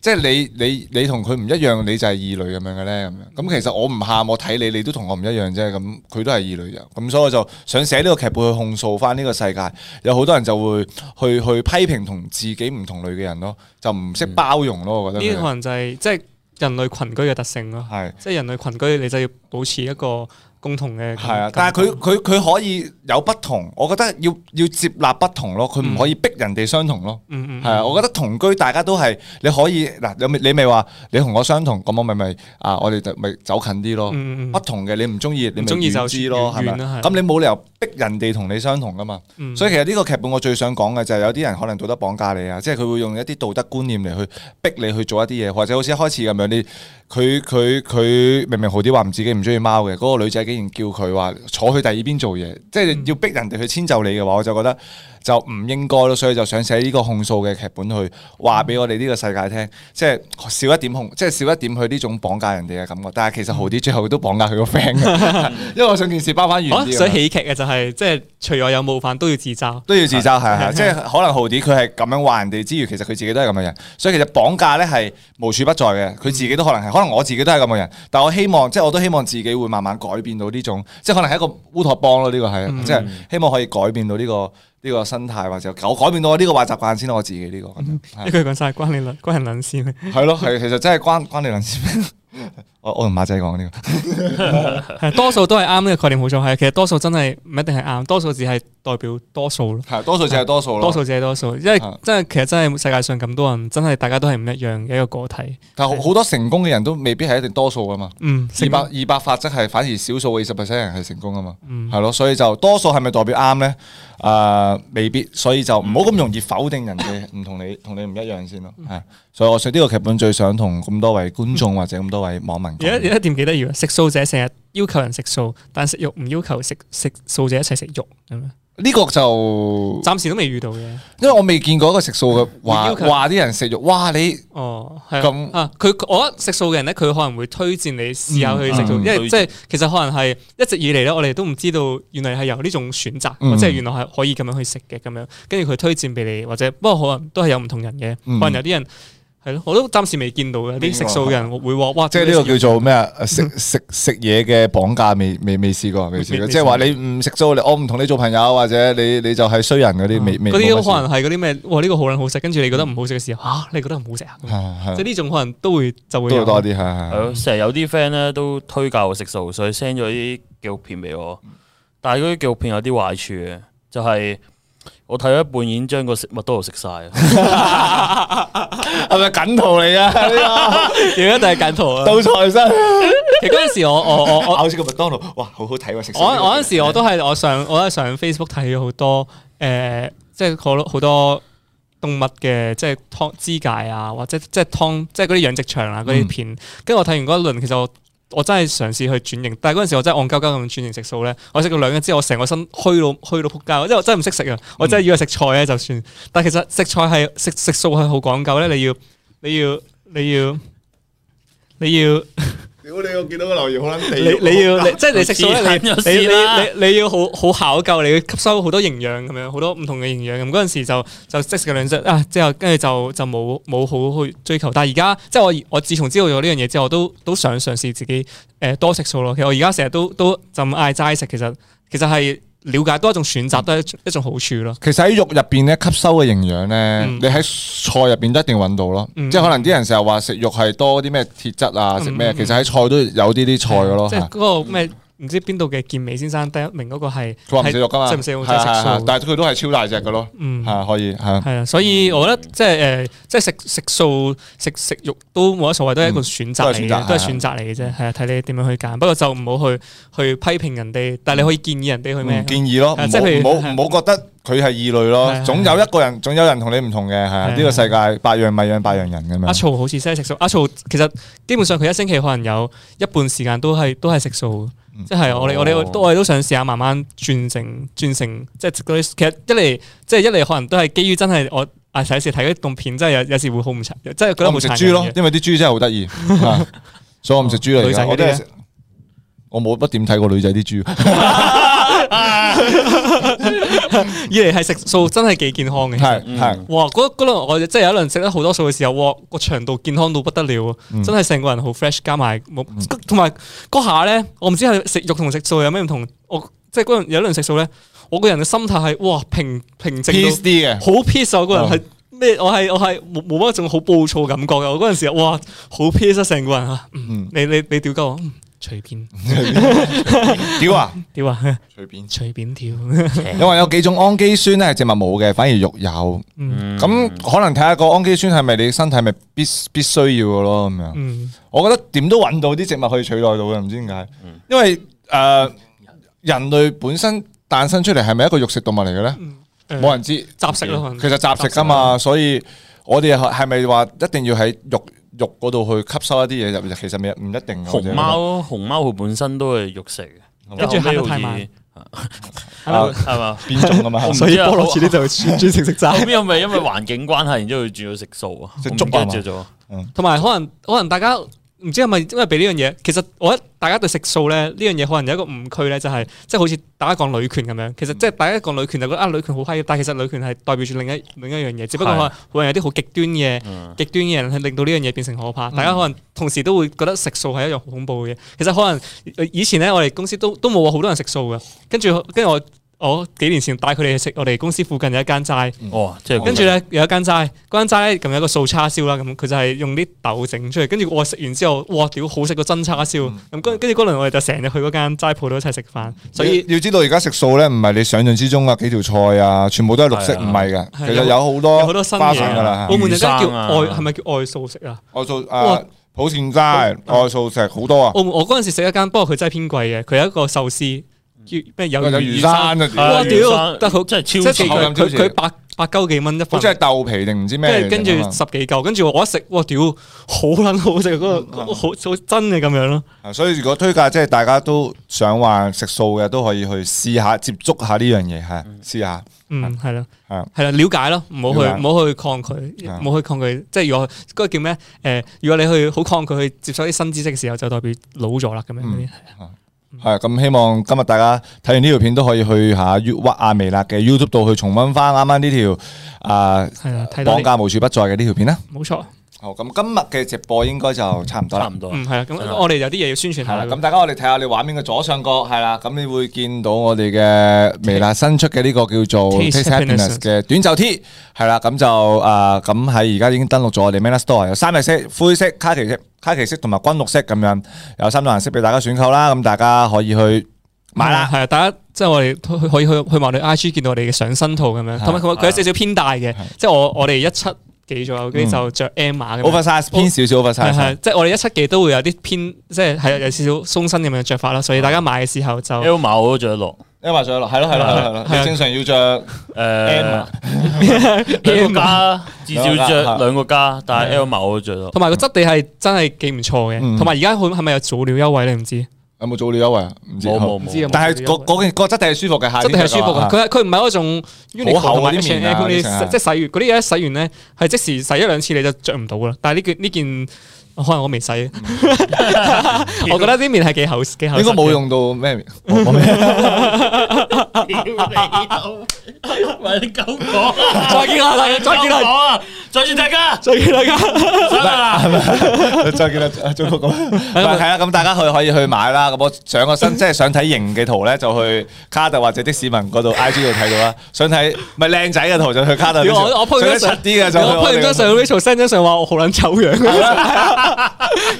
[SPEAKER 2] 即係你你你同佢唔一樣，你就係異類咁樣嘅咧咁樣。
[SPEAKER 1] 嗯
[SPEAKER 2] 咁其實我唔喊，我睇你，你都同我唔一樣啫。咁佢都係異類人。咁所以我就想寫呢個劇本去控訴翻呢個世界，有好多人就會去去批評同自己唔同類嘅人咯，就唔識包容咯。我覺
[SPEAKER 1] 嗯
[SPEAKER 2] 得
[SPEAKER 1] 呢
[SPEAKER 2] 佢哋
[SPEAKER 1] 個可能就係即係人類群居嘅特性咯，即係人類群居你就要保持一個共同嘅
[SPEAKER 2] 系啊，但係佢佢佢可以有不同，我覺得要要接納不同咯，佢唔可以逼人哋相同咯。
[SPEAKER 1] 嗯嗯嗯
[SPEAKER 2] 係啊，我覺得同居大家都係你可以嗱，你咪你咪話你同我相同，咁我咪咪啊，我哋就咪走近啲咯。
[SPEAKER 1] 嗯嗯嗯
[SPEAKER 2] 不同嘅你唔中意，你咪
[SPEAKER 1] 唔中意就
[SPEAKER 2] 遠知咯，
[SPEAKER 1] 遠
[SPEAKER 2] 係咪？
[SPEAKER 1] 啦係
[SPEAKER 2] 咁你冇理由逼人哋同你相同噶嘛。
[SPEAKER 1] 嗯
[SPEAKER 2] 所以其實呢個劇本我最想講嘅就係有啲人可能道德綁架你啊，即係佢會用一啲道德觀念嚟去逼你去做一啲嘢，或者好似一開始咁樣，你佢佢佢明明豪啲話唔自己唔中意貓嘅，嗰、個女仔竟然叫佢話坐去第二邊做嘢，即
[SPEAKER 1] 嗯
[SPEAKER 2] 係要逼人哋去遷就你嘅話，我就覺得就唔應該咯，所以就想寫呢個控訴嘅劇本去話俾我哋呢個世界聽，即係少一點控，即係少一點去呢種綁架人哋嘅感覺。但係其實豪啲最後都綁架佢個 friend 嘅 [laughs] 因為我想件事包翻完
[SPEAKER 1] 啊
[SPEAKER 2] 啲。
[SPEAKER 1] 所以喜劇嘅就係即係除我有冒犯都要自嘲，
[SPEAKER 2] 都要自嘲，係係，即 [laughs] 係可能豪啲佢係咁樣話人哋之餘，其實佢自己都係咁嘅人，所以其實綁架咧係無處不在嘅，佢自己都可能係，可能我自己都係咁嘅人，但我希望即係我都希望自己會慢慢改變到呢種，即係可能係一個烏托邦咯，呢個係，即係希望可以改變到呢個呢個生態或者我改變到我呢個壞習慣先啦，我自己呢個咁樣
[SPEAKER 1] 一
[SPEAKER 2] 係啊
[SPEAKER 1] 句講晒關你撚關人撚事。
[SPEAKER 2] 係咯，係其實真係關關你撚事咩？ [laughs] 我我同馬仔講呢個。
[SPEAKER 1] 係啊多數都係啱呢個概念，冇錯係。其實多數真係唔一定係啱，多數只係代表多數咯。
[SPEAKER 2] 係多數只係多數咯
[SPEAKER 1] 多數只係多數，因為
[SPEAKER 2] 係
[SPEAKER 1] 真係其實真係世界上咁多人，真係大家都係唔一樣嘅一個個體。
[SPEAKER 2] 但好好多成功嘅人都未必係一定多數噶嘛。
[SPEAKER 1] 嗯
[SPEAKER 2] 二
[SPEAKER 1] 成
[SPEAKER 2] 百
[SPEAKER 1] 功
[SPEAKER 2] 二百法則係反而少數嘅二十 percent 人係成功噶嘛。
[SPEAKER 1] 嗯
[SPEAKER 2] 係咯，所以就多數係咪代表啱咧？誒、未必，所以就唔好咁容易否定人哋唔同
[SPEAKER 1] [laughs]
[SPEAKER 2] 你同你唔一樣先咯。係，所以我想呢個劇本最想同咁多位觀眾或者咁多位網民
[SPEAKER 1] 嗯而家有一點幾得意啊！食素者成日要求人食素，但食肉唔要求食食素者一齊食肉咁樣。
[SPEAKER 2] 呢個就
[SPEAKER 1] 暫時都未遇到嘅。
[SPEAKER 2] 因為我未見過一個食素嘅話
[SPEAKER 1] 要求
[SPEAKER 2] 話啲人食肉，哇你
[SPEAKER 1] 哦
[SPEAKER 2] 咁
[SPEAKER 1] 啊，佢我覺得食素嘅人咧，佢可能會推薦你試下去食素，
[SPEAKER 2] 嗯
[SPEAKER 1] 因
[SPEAKER 2] 嗯
[SPEAKER 1] 為
[SPEAKER 2] 推薦
[SPEAKER 1] 即係其實可能係一直以嚟咧，我哋都唔知道原來係有呢種選擇，
[SPEAKER 2] 嗯
[SPEAKER 1] 即係原來係可以咁樣去食嘅咁樣。跟住佢推薦俾你，或者不過可能都係有唔同人嘅，
[SPEAKER 2] 嗯
[SPEAKER 1] 可能有啲人係咯，我都暫時未見到嘅啲食素嘅人會話哇，
[SPEAKER 2] 即係呢個叫做咩啊？食食食嘢嘅綁架未未未試過，未試過。
[SPEAKER 1] 嗯未
[SPEAKER 2] 即係話你唔食素，你我唔同你做朋友，或者你你就係衰人嗰啲，未未
[SPEAKER 1] 嗯嗰啲
[SPEAKER 2] 冇乜事
[SPEAKER 1] 可能係嗰啲咩？哇！呢個好撚好食，跟住你覺得唔好食嘅時候，嚇你覺得唔好食啊？
[SPEAKER 2] 係係
[SPEAKER 1] 即係呢種可能都會就會
[SPEAKER 2] 都
[SPEAKER 1] 有
[SPEAKER 2] 會
[SPEAKER 1] [laughs]
[SPEAKER 2] 多啲係係
[SPEAKER 5] 係咯，成日有啲 friend 咧都推介我食素，所以 send 咗啲紀錄片俾我。但係嗰啲紀錄片有啲壞處嘅，就係、我睇咗一半已經將個食麥當勞食晒。啊係
[SPEAKER 2] 咪緊圖嚟啊？
[SPEAKER 1] 點一定係緊圖啊！
[SPEAKER 2] 到財身。
[SPEAKER 1] 其實嗰陣時我我我我
[SPEAKER 2] 咬住個麥當勞，哇，好好睇喎！食素
[SPEAKER 1] 我我嗰陣時我都係我上我喺上 Facebook 睇咗好多誒、呃即係好多好多動物嘅即係嗯湯肢解啊，或者即係湯即係嗰啲養殖場啊嗰啲片。跟住、我睇完嗰一輪，其實我我真係嘗試去轉型，但係嗰陣時我真係戇鳩鳩咁轉型食素咧。我食咗兩日之後，我成個身虛到虛到撲街，因為我真係唔識食啊！我真係以為食菜咧就算，但係其實食菜係食食素係好講究咧，你要你要你要你要。
[SPEAKER 4] 屌你！我見到個留言好撚地
[SPEAKER 1] 你
[SPEAKER 4] 獄
[SPEAKER 1] 你要你即係你食素咧，
[SPEAKER 4] 黐
[SPEAKER 1] 你
[SPEAKER 4] 撚咗
[SPEAKER 1] 你
[SPEAKER 4] 線啦
[SPEAKER 1] 你你你要好好考究，你要吸收好多營養咁樣，好多唔同嘅營養咁。嗰陣時就就即食嘅兩隻啊，之後跟住就就冇冇好去追求。但係而家即係我我自從知道咗呢樣嘢之後，我都都想嘗試自己誒、呃多食素咯。其實我而家成日都都就咁嗌齋食，其實其實係了解多一種選擇，都係一
[SPEAKER 2] 嗯
[SPEAKER 1] 種一種好處咯。
[SPEAKER 2] 其實喺肉入邊咧吸收嘅營養咧，你喺菜入邊都一定揾到咯。
[SPEAKER 1] 嗯
[SPEAKER 2] 即係可能啲人成日話食肉係多啲咩鐵質啊，食咩？
[SPEAKER 1] 嗯
[SPEAKER 2] 其實喺菜都有呢啲菜嘅咯。
[SPEAKER 1] 即
[SPEAKER 2] 係
[SPEAKER 1] 係嗰個咩唔知邊度嘅健美先生第一名嗰個係
[SPEAKER 2] 佢話唔食肉噶嘛，
[SPEAKER 1] 即係唔食肉即
[SPEAKER 2] 係
[SPEAKER 1] 係
[SPEAKER 2] 係係
[SPEAKER 1] 食素。
[SPEAKER 2] 但係佢都係超大隻嘅咯。
[SPEAKER 1] 嗯
[SPEAKER 2] 係可以係。
[SPEAKER 1] 係啊，所
[SPEAKER 2] 嗯
[SPEAKER 1] 以我覺得即係誒，即係食食素、食食肉都冇乜所謂，都係一個選擇嚟
[SPEAKER 2] 嗯都係選擇
[SPEAKER 1] 嘅，都係選擇嚟嘅啫。係啊，睇你點樣去揀。不過就唔好去去批評人哋，但係你可以建議人哋去咩？
[SPEAKER 2] 嗯建議咯，唔
[SPEAKER 1] 係啊即係譬如
[SPEAKER 2] 好唔好唔好覺得佢係異類咯。總有一個人，總有人同你唔同嘅，係啊
[SPEAKER 1] 係啊啊
[SPEAKER 2] 呢個世界百樣米養百樣人咁
[SPEAKER 1] 阿
[SPEAKER 2] 樣。
[SPEAKER 1] 曹好似真係食素，阿曹其實基本上佢一星期可能有一半時間都係都係食素，
[SPEAKER 2] 嗯
[SPEAKER 1] 即係我哋我哋
[SPEAKER 2] 哦
[SPEAKER 1] 我哋都想試下慢慢轉成轉成即係嗰啲，其實一嚟即係一嚟可能都係基於真係我啊有時睇嗰動片真係有有時會好唔殘，即係覺得
[SPEAKER 2] 我
[SPEAKER 1] 好
[SPEAKER 2] 唔食
[SPEAKER 1] 殘
[SPEAKER 2] 豬
[SPEAKER 1] 忍
[SPEAKER 2] 咯
[SPEAKER 1] 嘅，
[SPEAKER 2] 因為啲豬真係
[SPEAKER 1] [laughs]
[SPEAKER 2] 好得意，啊所以我唔食豬啦。而
[SPEAKER 1] 哦女仔
[SPEAKER 2] 家
[SPEAKER 1] 嗰
[SPEAKER 2] 我都
[SPEAKER 1] 啲啊
[SPEAKER 2] 係
[SPEAKER 1] 呢
[SPEAKER 2] 食我冇乜點睇過女仔啲豬。 [laughs]
[SPEAKER 1] 二嚟係食素真係幾健康嘅，
[SPEAKER 2] 係啊
[SPEAKER 1] 其實
[SPEAKER 2] 係
[SPEAKER 1] 哇！嗰嗰輪我即係有一輪食得好多素嘅時候，哇！個腸道健康到不得了，啊
[SPEAKER 2] 嗯
[SPEAKER 1] 真係成個人好 fresh，加埋冇同埋嗰下咧，我唔知係食肉同食素有咩唔同。我即係嗰輪有一輪食素咧，我個人嘅心態係哇平平靜
[SPEAKER 2] Peace
[SPEAKER 1] 到
[SPEAKER 2] 啲嘅哦
[SPEAKER 1] 好 peace 啊！我個人係咩？我係我係冇冇乜一種好暴躁嘅感覺嘅。我嗰陣時哇好 peace 啊，成個人啊！嗯你你你屌鳩我，嗯隨便
[SPEAKER 2] 屌啊
[SPEAKER 1] 屌啊！ [laughs]
[SPEAKER 2] 隨便
[SPEAKER 1] 隨便屌，
[SPEAKER 2] 因為有幾種氨基酸咧係植物冇嘅，反而肉有。咁、
[SPEAKER 1] 嗯
[SPEAKER 2] 可能睇下個氨基酸係咪你身體咪必必須要嘅咯咁樣。
[SPEAKER 1] 嗯
[SPEAKER 2] 我覺得點都揾到啲植物可以取代到嘅，唔知點解。
[SPEAKER 1] 嗯
[SPEAKER 2] 因為誒、呃人類本身誕生出嚟係咪一個肉食動物嚟嘅咧？
[SPEAKER 1] 嗯誒
[SPEAKER 2] 冇人知
[SPEAKER 1] [laughs] 雜食咯可能啊
[SPEAKER 2] 其實雜食噶嘛，所以我哋係係咪話一定要喺肉肉嗰度去吸收一啲嘢入？其實未唔一定嘅。我
[SPEAKER 5] 熊
[SPEAKER 2] 覺得
[SPEAKER 5] 貓咯，熊貓佢本身都係肉食嘅，
[SPEAKER 2] 跟住
[SPEAKER 5] 後尾
[SPEAKER 2] 行得太慢
[SPEAKER 5] 好似係嘛
[SPEAKER 2] 變種啊
[SPEAKER 5] [laughs]
[SPEAKER 2] 嘛
[SPEAKER 5] 我唔知
[SPEAKER 1] 所以菠蘿遲啲就轉轉成食齋
[SPEAKER 5] 後尾係咪因為環境關係，然之後佢轉咗食素啊？
[SPEAKER 1] 食粥啊
[SPEAKER 5] 我唔記得咗。
[SPEAKER 1] 同埋可能可能大家唔知係咪因為俾呢樣嘢，其實我覺得大家對食素咧呢樣嘢可能有一個誤區咧，就係即係好似大家講女權咁樣，其實即係大家講女權就覺得啊女權好閪，但係其實女權係代表住另一另一樣嘢，只不過可能
[SPEAKER 5] 係
[SPEAKER 1] 會有啲好極端嘅極端嘅人係令到呢樣嘢變成可怕，大家可能同時都會覺得食素係一樣好恐怖嘅嘢。其實可能呃以前咧，我哋公司都都冇好多人食素嘅，跟住跟住我。我幾年前帶佢哋去食，我哋公司附近有一間齋，
[SPEAKER 5] 哦即係
[SPEAKER 1] 跟住咧有一間齋，嗰間齋咧咁有一個素叉燒啦，咁佢就係用啲豆整出嚟，跟住我食完之後，哇屌好食過真叉燒，咁
[SPEAKER 2] 嗯
[SPEAKER 1] 跟跟住嗰輪我哋就成日去嗰間齋鋪度一齊食飯，所以
[SPEAKER 2] 要要知道而家食素咧，唔係你想象之中啊，幾條菜啊，全部都係綠色，
[SPEAKER 1] 係啊
[SPEAKER 2] 唔係嘅。
[SPEAKER 1] 係
[SPEAKER 2] 其實有好多
[SPEAKER 1] 有好多新
[SPEAKER 2] 花
[SPEAKER 1] 嘢啊
[SPEAKER 2] 粉噶啦
[SPEAKER 1] 澳，門有間叫
[SPEAKER 2] 魚生啊
[SPEAKER 1] 愛係咪叫愛素食啊？
[SPEAKER 2] 愛素
[SPEAKER 1] 哇哦
[SPEAKER 2] 誒普善街愛素食好多啊。
[SPEAKER 1] 澳門我嗰陣時食一間，不過佢真係偏貴嘅，佢有一個壽司叫咩有
[SPEAKER 2] 有
[SPEAKER 1] 魚
[SPEAKER 2] 魚生啊
[SPEAKER 1] 哇
[SPEAKER 2] 魚生
[SPEAKER 1] 屌得好
[SPEAKER 2] 真係超
[SPEAKER 1] 即係
[SPEAKER 2] 市
[SPEAKER 1] 佢
[SPEAKER 2] 超
[SPEAKER 1] 佢
[SPEAKER 2] 市
[SPEAKER 1] 佢百百鳩幾蚊一份，
[SPEAKER 2] 好似係豆皮定唔知咩嚟㗎嘛
[SPEAKER 1] 跟住十幾嚿，跟住我一食，哇屌好撚好食嗰個
[SPEAKER 2] 嗯
[SPEAKER 1] 嗰個好好真嘅咁樣咯。
[SPEAKER 2] 啊所以如果推介即係大家都想話食素嘅，都可以去試下接觸下呢樣嘢，係試下。
[SPEAKER 1] 嗯，係咯，
[SPEAKER 2] 係
[SPEAKER 1] 係啦，了解咯，唔好
[SPEAKER 2] 了
[SPEAKER 1] 去
[SPEAKER 2] 解
[SPEAKER 1] 唔好去抗拒，唔好去抗拒。即係如果嗰個叫咩？誒，如果你去好抗拒去接受啲新知識嘅時候，就代表老咗啦咁樣嗰啲。
[SPEAKER 2] 係咁，希望今日大家睇完呢條片都可以去下 You 屈阿微辣嘅 YouTube 度去重温翻啱啱呢條啊
[SPEAKER 1] 係啦睇到
[SPEAKER 2] 綁架無處不在嘅呢條片啦。
[SPEAKER 1] 冇錯。
[SPEAKER 2] 好，咁今日嘅直播應該就差唔多啦。差唔
[SPEAKER 5] 多
[SPEAKER 1] 嗯，係啦，咁我哋有啲嘢要宣傳
[SPEAKER 2] 係
[SPEAKER 1] 下
[SPEAKER 2] 啦，
[SPEAKER 1] 啦。
[SPEAKER 2] 咁大家我哋睇下你畫面嘅左上角係啦，咁你會見到我哋嘅微辣新出嘅呢個叫做
[SPEAKER 1] Taste
[SPEAKER 2] Taste Happiness
[SPEAKER 1] Happiness
[SPEAKER 2] 嘅短袖 T 係啦，咁就誒咁喺而家已經登錄咗我哋 Manner Store 有三隻色，灰色、卡其色、卡其色同埋軍綠色咁樣，有三種顏色俾大家選購啦，咁大家可以去買啦。
[SPEAKER 1] 係啊，大家即係我哋都可以去去埋我哋 I G 見到我哋嘅上身圖咁樣，同埋佢佢有少少偏大嘅，即係我我哋一七幾左右，跟住就着 M 碼咁樣
[SPEAKER 2] oversize 偏少少
[SPEAKER 1] 係
[SPEAKER 2] oversize，
[SPEAKER 1] 係，即係我哋一七幾都會有啲偏，即係係有少少鬆身咁樣嘅着法啦，所以大家買嘅時候就
[SPEAKER 5] L 碼我都着得落，
[SPEAKER 2] 一滑上落，係咯係咯係咯係
[SPEAKER 5] 係
[SPEAKER 2] 咯，
[SPEAKER 5] 啊
[SPEAKER 2] 你正常要着誒
[SPEAKER 5] 兩個加至少着兩個加，但係啊 L 碼我都着咯。
[SPEAKER 1] 同埋個質地係真係幾唔錯嘅，
[SPEAKER 2] 嗯
[SPEAKER 1] 同埋而家佢係咪有早鳥優惠咧？唔知
[SPEAKER 2] 有冇早鳥優惠啊？唔知
[SPEAKER 1] 冇冇
[SPEAKER 2] 唔
[SPEAKER 1] 冇
[SPEAKER 2] 知啊但係嗰嗰件個質地係舒服嘅，夏
[SPEAKER 1] 質
[SPEAKER 2] 天
[SPEAKER 1] 地係舒服
[SPEAKER 2] 啊
[SPEAKER 1] 嘅，佢係佢唔係嗰種 uniqlo
[SPEAKER 2] 厚
[SPEAKER 1] 同埋
[SPEAKER 2] 嗰啲
[SPEAKER 1] H&M
[SPEAKER 2] 棉啊
[SPEAKER 1] 嗰
[SPEAKER 2] 啲成啊
[SPEAKER 1] 啲，即係洗完嗰啲嘢一洗完咧，係即時洗一兩次你就着唔到噶啦。但係呢件呢件可能我未洗，啊 [laughs] 我覺得呢面係幾厚幾厚。
[SPEAKER 2] 嗯應該冇。用到
[SPEAKER 1] [laughs]
[SPEAKER 2] 咩 [laughs] 棉？
[SPEAKER 5] 屌你老味，喂你狗講
[SPEAKER 4] [laughs]
[SPEAKER 5] 啊！
[SPEAKER 1] 再見啦大家哦再見啦
[SPEAKER 2] [laughs]
[SPEAKER 5] 狗講啊！再見大家，
[SPEAKER 1] 再見大家，
[SPEAKER 5] 真啦！
[SPEAKER 2] 再見啦，祝福咁。係啊，咁大家去可以去買啦。咁我上
[SPEAKER 1] [laughs]
[SPEAKER 2] 個身即係想睇型嘅圖咧，就去卡特或者的士文嗰度 I G 度睇到啦。想睇咪靚仔嘅圖就去卡特。
[SPEAKER 1] 如果我我 po 咗張
[SPEAKER 2] 想得柒
[SPEAKER 1] 相
[SPEAKER 2] 啲嘅就去
[SPEAKER 1] 如果我 po
[SPEAKER 2] 我
[SPEAKER 1] 完
[SPEAKER 2] 哋
[SPEAKER 1] 張相，Rachel send 張相話我好撚醜樣， [laughs]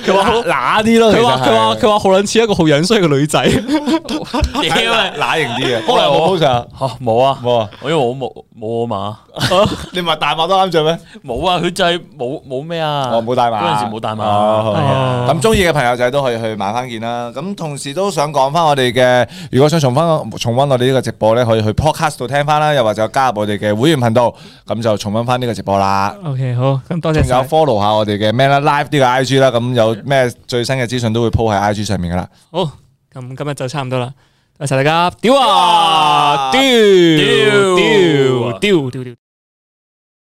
[SPEAKER 1] 佢話
[SPEAKER 5] [laughs]
[SPEAKER 1] 好
[SPEAKER 2] 乸啲咯
[SPEAKER 1] 佢話
[SPEAKER 2] 其實係
[SPEAKER 1] 佢話佢話好撚似一個好樣衰嘅女仔，
[SPEAKER 2] [laughs]
[SPEAKER 5] 屌你， [laughs] 乸
[SPEAKER 2] 型啲嘅。不過有冇 po 上啊？
[SPEAKER 5] 吓冇啊
[SPEAKER 2] 冇啊，
[SPEAKER 5] 我因為我冇冇我碼， [laughs]
[SPEAKER 2] 你唔係大碼都啱着咩？
[SPEAKER 5] 冇啊，佢就係冇冇咩啊，
[SPEAKER 2] 哦我冇帶碼，
[SPEAKER 5] 嗰陣時冇帶碼，係啊
[SPEAKER 2] 哦咁中意嘅朋友仔都可以去買翻件啦。咁同時都想講翻我哋嘅，如果想重翻重温我哋呢個直播咧，可以去 podcast 度聽翻啦，又或者加入我哋嘅會員頻道，咁就重温翻呢個直播啦。
[SPEAKER 1] OK，好，咁多謝
[SPEAKER 2] 仲有
[SPEAKER 1] 晒。
[SPEAKER 2] follow 下我哋嘅咩啦，live 呢個 IG 啦，咁有咩最新嘅資訊都會 po 喺 IG 上面噶啦。
[SPEAKER 1] 好，咁今日就差唔多啦，多謝大家。屌啊，屌屌屌屌屌。